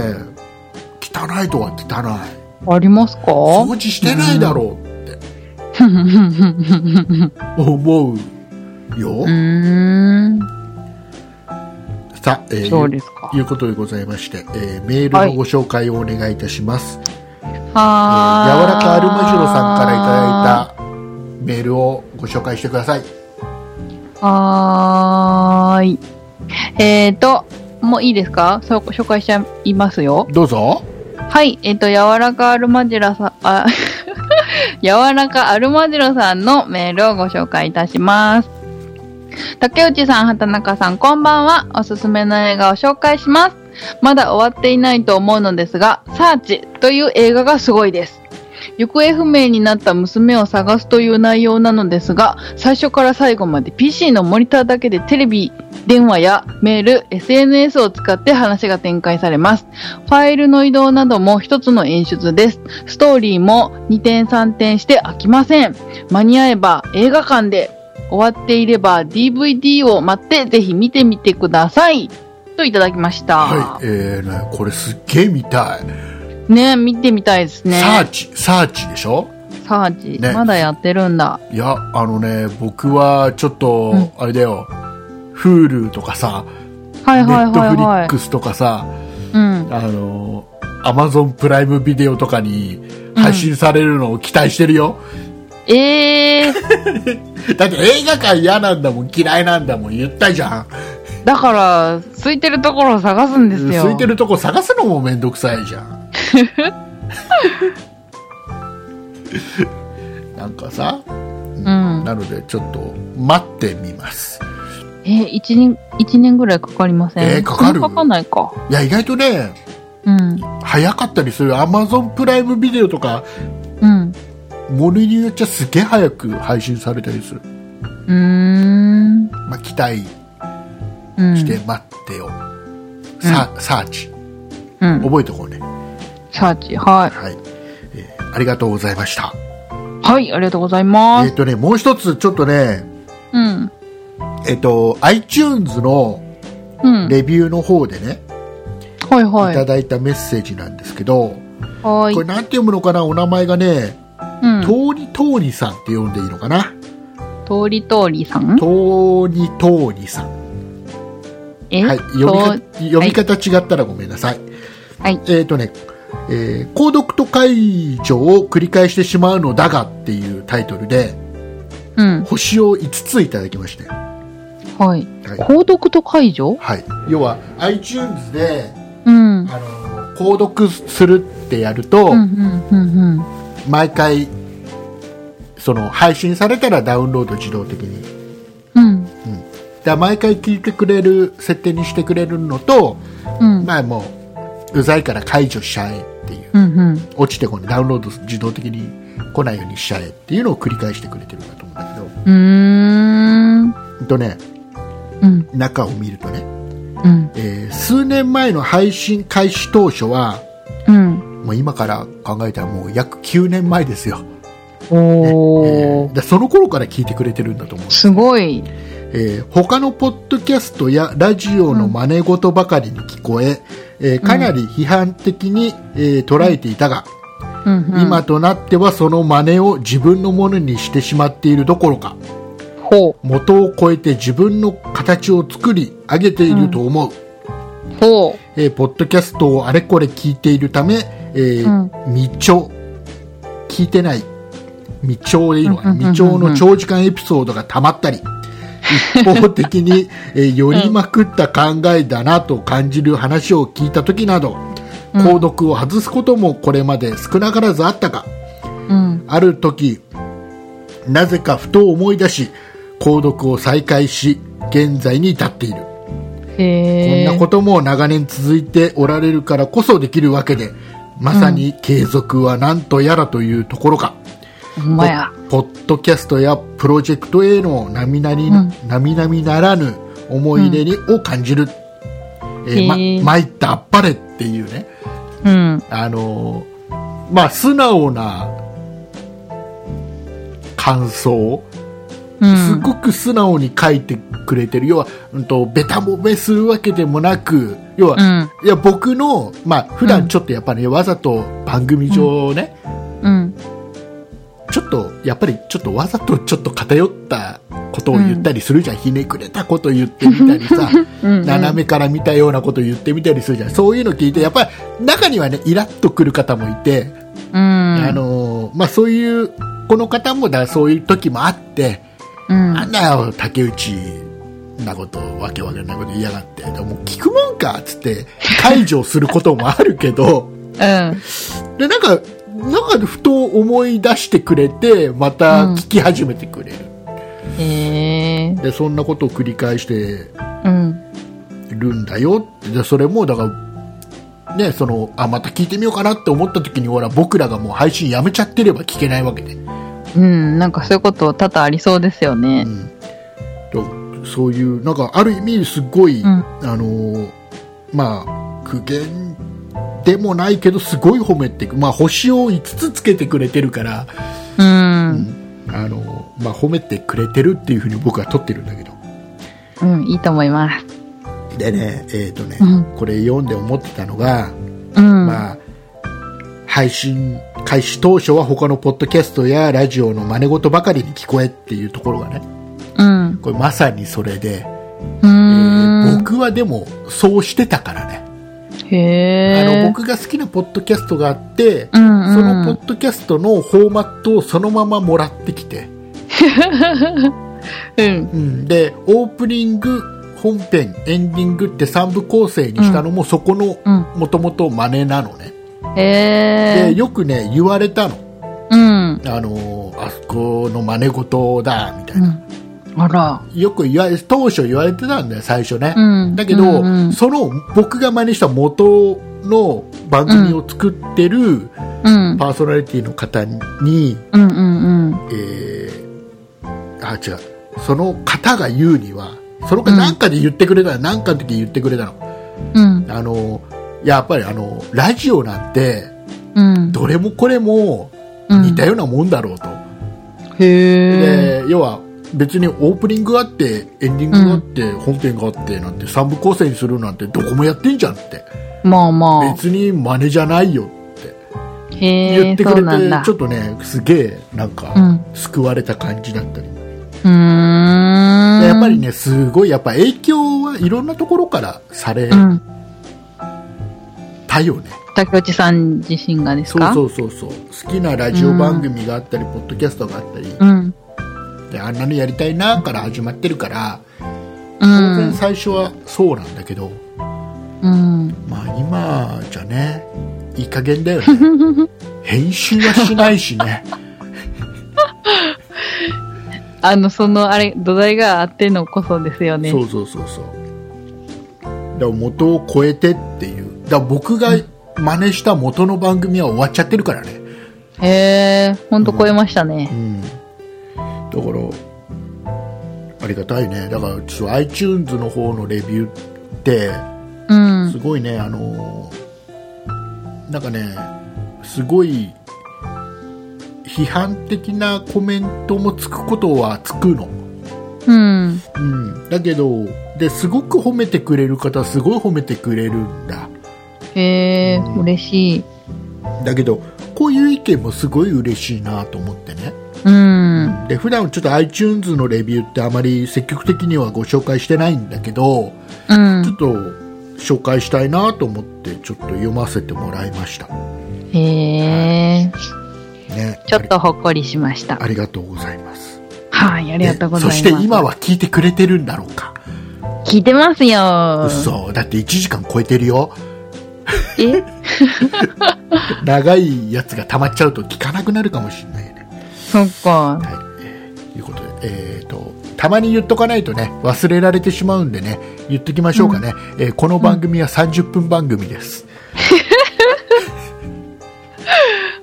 汚いとは汚い。
ありますか
掃除してないだろう って
ふんふんふんふんふんふん
思うよ。
うーん。
さあ、えー
そうですか。
いうことでございまして、えーメールのご紹介をお願いいたします。
はー
えー柔らかアルマジロさんからいただいたメールをご紹介してください。
はーい。えーと、もういいですかそう紹介しちゃいますよ。
どうぞ。
はい、えっ、と、柔らかアルマジロさん、あ、 柔らかアルマジロさんのメールをご紹介いたします。竹内さん、畑中さん、こんばんは。おすすめの映画を紹介します。まだ終わっていないと思うのですが、サーチという映画がすごいです。行方不明になった娘を探すという内容なのですが、最初から最後まで PC のモニターだけでテレビ、電話やメール、SNS を使って話が展開されます。ファイルの移動なども一つの演出です。ストーリーも2点3点して飽きません。間に合えば映画館で、終わっていれば DVD を待ってぜひ見てみてください。といただきました。
はい。えーね、これすっげえ見たい。
ね見てみたいですね。
サーチ、サーチでしょ
サーチ。サージ、
ね
まだやってるんだ。
いや、あのね、僕はちょっと、
うん
あれだよ、Hulu とかさ、
はいはいはいはい。
Netflix とかさ、
うん。
あの、Amazon プライムビデオとかに配信されるのを期待してるよ。
ええー、
だって映画館嫌なんだもん、嫌いなんだもん、言ったじゃん。
だから、空いてるところを探すんですよ。
空いてるとこ探すのもめんどくさいじゃ ん。なんかさ、
うん。
なのでちょっと待ってみます。
えー、一年、一年ぐらいかかりません
えーかか
そ
る
んなかかんないか。
いや、意外とね、
うん。
早かったりする。Amazon プライムビデオとか、
うん。
ものによっちゃすげえ早く配信されたりする。
うーん。
まあ、期待
うん。
して待ってよ。さ、サーチ。
うん。
覚えておこうね。
サーチ、は
はい。えーありがとうございまし
い。
た。
はい、ありがとうござい
え
ま
っ、
す。
とね、もう一つ、ちょっとね、
うん。
えっ、と、iTunes の
うん。
レビューの方でね、
はい
い、
は
た
い。
だいたメッセージなんですけど、
は
これ
い。
なんて読むのかなお名前がね、
うん。
トーニトーニさんって呼んでいいのかな
通り通りさん
トーニトーニさん。
え
はい。読み
と
か読み方違ったらごめんなさい。
はい。
えっ、とね、えー、購読と解除を繰り返してしまうのだがっていうタイトルで、
うん。
星を5ついただきまして。は
はい。
い。
購読と解除
はい、要は、iTunes で、
うん。
あの、購読するってやると、
うんうんうんうん。
毎回その配信されたらダウンロード自動的に
うん。
だ毎回聞いてくれる設定にしてくれるのと、
うん。
まあもううざいから解除しちゃえっていう
うんうん。
落ちてこないダウンロード自動的に来ないようにしちゃえっていうのを繰り返してくれてるんだと思うんだけど、
うーん。
うんとね、
うん。
中を見るとね、
うん。
えー数年前の配信開始当初は
うん。
もう今から考えたらもう約9年前ですよ、
お
えー
ー。
だその頃から聞いてくれてるんだと思う
すごい。
えー他のポッドキャストやラジオの真似事ばかりに聞こえ、えーかなり批判的に、えー捉えていたが、
うんうん。
今となってはその真似を自分のものにしてしまっているどころか
ほ
元を超えて自分の形を作り上げていると思う、
う。ほ
えーポッドキャストをあれこれ聞いているため、えー未聴聞いてない未聴でいいのかな
うんうんうんうん
未聴の長時間エピソードがた まったり一方的に、えー寄りまくった考えだなと感じる話を聞いた時など
うん
購読を外すこともこれまで少なからずあったが
う。うん。
ある時なぜかふと思い出し購読を再開し現在に至っているこん
へ
な
ー
ことも長年続いておられるからこそできるわけで、まさに継続はなんとやらというところか、
ほんまや。
ポッドキャストやプロジェクトへの並々な、
うん
並々ならぬ思い入れに、を感じる。えーま
へー
参ったあっぱれっていうね、
うん。
あのーまあ、素直な感想
う
す
ん。
ごく素直に書いてくれてる、要は、うん、とベタ褒めするわけでもなく要は、
うん。
いや僕の、まあ普段ちょっとやっぱり、ねわざと番組上ね、
うん。
ちょっとやっぱりちょっとわざとちょっと偏ったことを言ったりするじゃん、ひねくれたこと言ってみたりさ
うんうん
斜めから見たようなこと言ってみたりするじゃんそういうの聞いてやっぱり中にはねイラッとくる方もいて、
うん。
あのーまあ、そういうこの方もだそういう時もあって、
うん。
なんだよ竹内なことわけわけないこと言いやがってでも聞くもんかっつって解除することもあるけど。
うん。
でなんかなんかふと思い出してくれてまた聞き始めてくれる、
へえ。
でそんなことを繰り返して
うん。
るんだよでそれもだからねそのあまた聞いてみようかなって思った時にほら僕らがもう配信やめちゃってれば聞けないわけで、
うん。なんかそういうこと多々ありそうですよね
う。んと、そういうなんかある意味すごい、
うん
あのーまあ苦言でもないけどすごい褒めてくまあ星を5つつけてくれてるから
うん。
あの、まあ、褒めてくれてるっていうふうに僕は取ってるんだけど。
うん。いいと思います。
でね、えっ、とね、
うん
これ読んで思ってたのが、
うん。
まあ、配信開始当初は他のポッドキャストやラジオの真似事ばかりに聞こえっていうところがね
うん。
これまさにそれで、
うー
えー
ん。
僕はでもそうしてたからね
へ
あの
え。
僕が好きなポッドキャストがあって、
うんうん
そのポッドキャストのフォーマットをそのままもらってきて、
うん。
うん、でオープニング本編エンディングって3部構成にしたのもそこの
うん
もともと真似なのね、
へ
で
え。
よくね言われたの、
うん。
あのーあそこの真似事だみたいうな、
ん。あら。
よく言われ当初言われてたんだよ最初ね、
うん。
だけど、
うんうん
その僕が真似した元の番組を作ってる
うん。
パーソナリティの方に、
うんうんうん。
えーあ、違う。その方が言うには、その方なんかで言ってくれたの、なんかの時言ってくれたの。
うん。
あの、やっぱりあの、ラジオなんて、
うん。
どれもこれも似たようなもんだろうと。
へえ。
で、要は、別にオープニングがあって、エンディングがあって、本編があってなんて、三部構成にするなんてどこもやってんじゃんって。
まあまあ。
別に真似じゃないよって
へ
言
え
っ、て
そ
く
う
れ
なんだ
て、ち。ょっとね、すげえ、なんか
う、ん。
救われた感じだったり。
うーん。
やっぱりね、すごい、やっぱ影響はいろんなところからされ
うん。
たよね。
竹内さん自身がです
そう
か
そうそうそう。好きなラジオ番組があったり、ポッドキャストがあったり、
うん。
であんなのやりたいなから始まってるから、
う
当然
ん。
最初はそうなんだけど、
うん。
まあ今じゃね、いい加減だよね。編集はしないしね。
あの、その、あれ、土台があってのこそですよね。
そうそうそうそう。だから元を超えてっていう。だから僕が真似した元の番組は終わっちゃってるからね。
へえ、ほんと超えました
う
ね。
ん、だからありがたいねだからちょっと iTunes の方のレビューって
うん。
すごいね、あのーなんかねすごい批判的なコメントもつくことはつくの、
うん。
うん、だけどですごく褒めてくれる方はすごい褒めてくれるんだ
へえ、
うん
嬉しい。
だけどこういう意見もすごい嬉しいなと思ってね
うん。
で普段ちょっと iTunes のレビューってあまり積極的にはご紹介してないんだけど、
う
ちょ
ん。
っと紹介したいなと思ってちょっと読ませてもらいました、
へえ、
ね、
ちょっとほっこりしました。
ありありがとうございます
はい、ありがとうございます。
ねそして今は聞いてくれてるんだろうか、
聞いてますよ。
嘘だって1時間超えてるよ
え
長いやつが溜まっちゃうと聞かなくなるかもしれないよね
そっか。
はい、えー、いうことで、えー、とたまに言っとかないとね忘れられてしまうんでね言っときましょうかね、えーこの番組は30分番組です、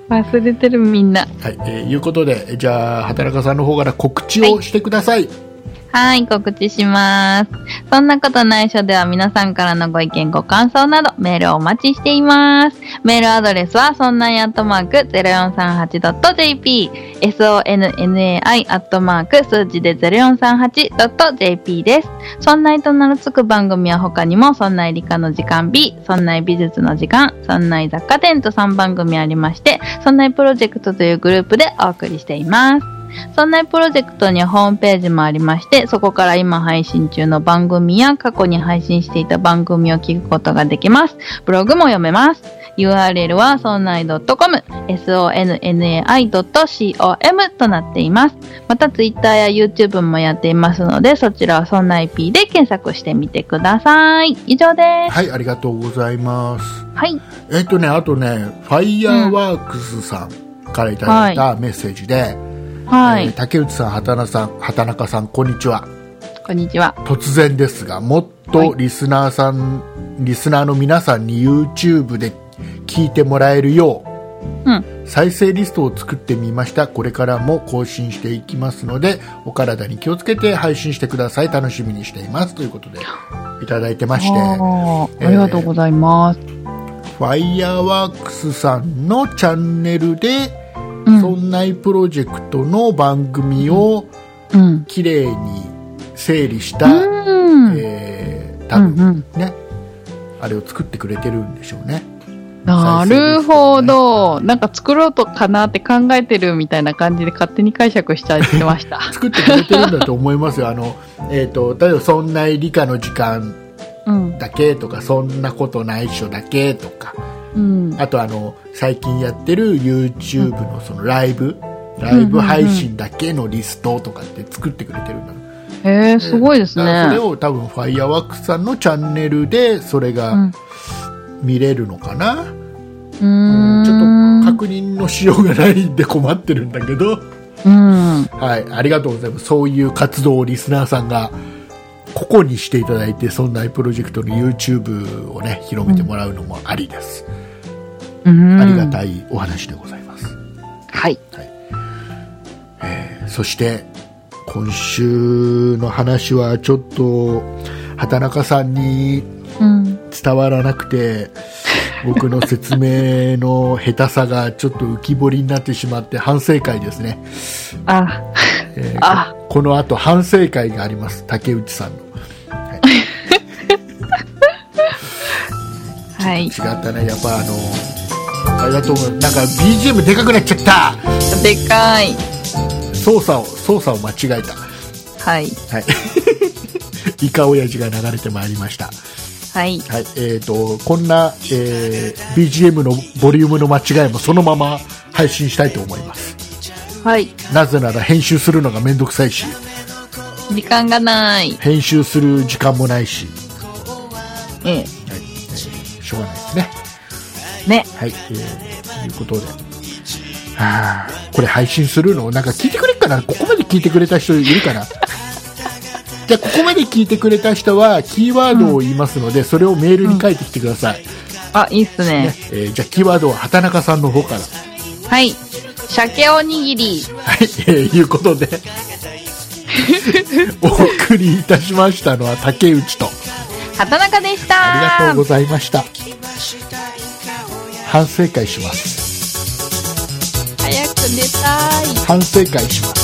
忘れてるみんな。
はいえーいうことでじゃあ畑中さんの方から告知をしてください、
はい、告知します。そんなことないしょでは皆さんからのご意見、ご感想などメールをお待ちしています。メールアドレスは、そんないアットマーク 0438.jp、sonnai アットマーク数字で 0438.jp です。そんないと名のつく番組は他にも、そんない理科の時間 B、そんない美術の時間、そんない雑貨店と3番組ありまして、そんないプロジェクトというグループでお送りしています。そんなプロジェクトにはホームページもありまして、そこから今配信中の番組や過去に配信していた番組を聞くことができます。ブログも読めます。URL は sonnai.com、sonnai.com となっています。また Twitter や YouTube もやっていますので、そちらは sonnaip で検索してみてください。以上です。
はい、ありがとうございます。
はい。
えっとね、あとね、ファイヤーワークスさんからいただいたメッセージで、
はい。
えー竹内さん、畑中さん、畑中さん、こんにちは。
こんにちは。
突然ですが、もっとリスナーさん、リスナーの皆さんに YouTube で聞いてもらえるよう、
うん。
再生リストを作ってみました。これからも更新していきますので、お体に気をつけて配信してください。楽しみにしています。ということで、いただいてまして。
あーありがとうございます。
ファイヤーワークスさんのチャンネルで、
うん
そんないプロジェクトの番組を
うん。
きれいに整理した、
うん。
えー、
う
多
んう
分
ん。
ね、あれを作ってくれてるんでしょうね。
なるほど。なんか作ろうとかなって考えてるみたいな感じで勝手に解釈しちゃってま した。
作ってくれてるんだと思いますよあの、 えー、と例えば「そんな理科の時間
うん。
だけ」とか「そんなことないっしょだけ」とか
うん。
あとあの最近やってる YouTube のそのライブ、ライブ配信だけのリストとかって作ってくれてるんだ
へえ、すごいです
だからそれ
ね。
を多分ファイアワークさんのチャンネルでそれ
う
が
ん。
見れるのかな、
うーん。
ちょっと確認のしようがないんで困ってるんだけど、
うん。
はい、ありがとうございますそういう活動をリスナーさんがここにしていただいてそんなプロジェクトの YouTube をね広めてもらうのもありです、
うん。
ありがたいお話でございます
はい。
そして今週の話はちょっと畑中さんに
うん。
伝わらなくて僕の説明の下手さがちょっと浮き彫りになってしまって反省会ですね、
あ、
え ー
あ
このあと反省会があります竹内さんの、はい
はい。
違ったねやっぱあのあれだと思うなんか BGM でかくなっちゃった
でかい。
操作を操作を間違えたは
はい。
い イカオヤジが流れてまいりました
はい。
はい、えー、とこんな、えー BGM のボリュームの間違いもそのまま配信したいと思います
はい。
なぜなら編集するのがめんどくさいし
時間がない。
編集する時間もないし、
え
はいえーしょうがないですね
え。ね。
はい、えー、ということではあこれ配信するのなんか聞いてくれっかなここまで聞いてくれた人いるかな じゃあここまで聞いてくれた人はキーワードを言いますので、それをメールに書いてきてください、
あ、いいっすね
ね。えーじゃあキーワードは畑中さんの方から
はい。鮭おにぎり。
はい、えーいうことでお送りいたしましたのは竹内と
畑中でした。
ありがとうございました反省会します
早く出たい。
反省会します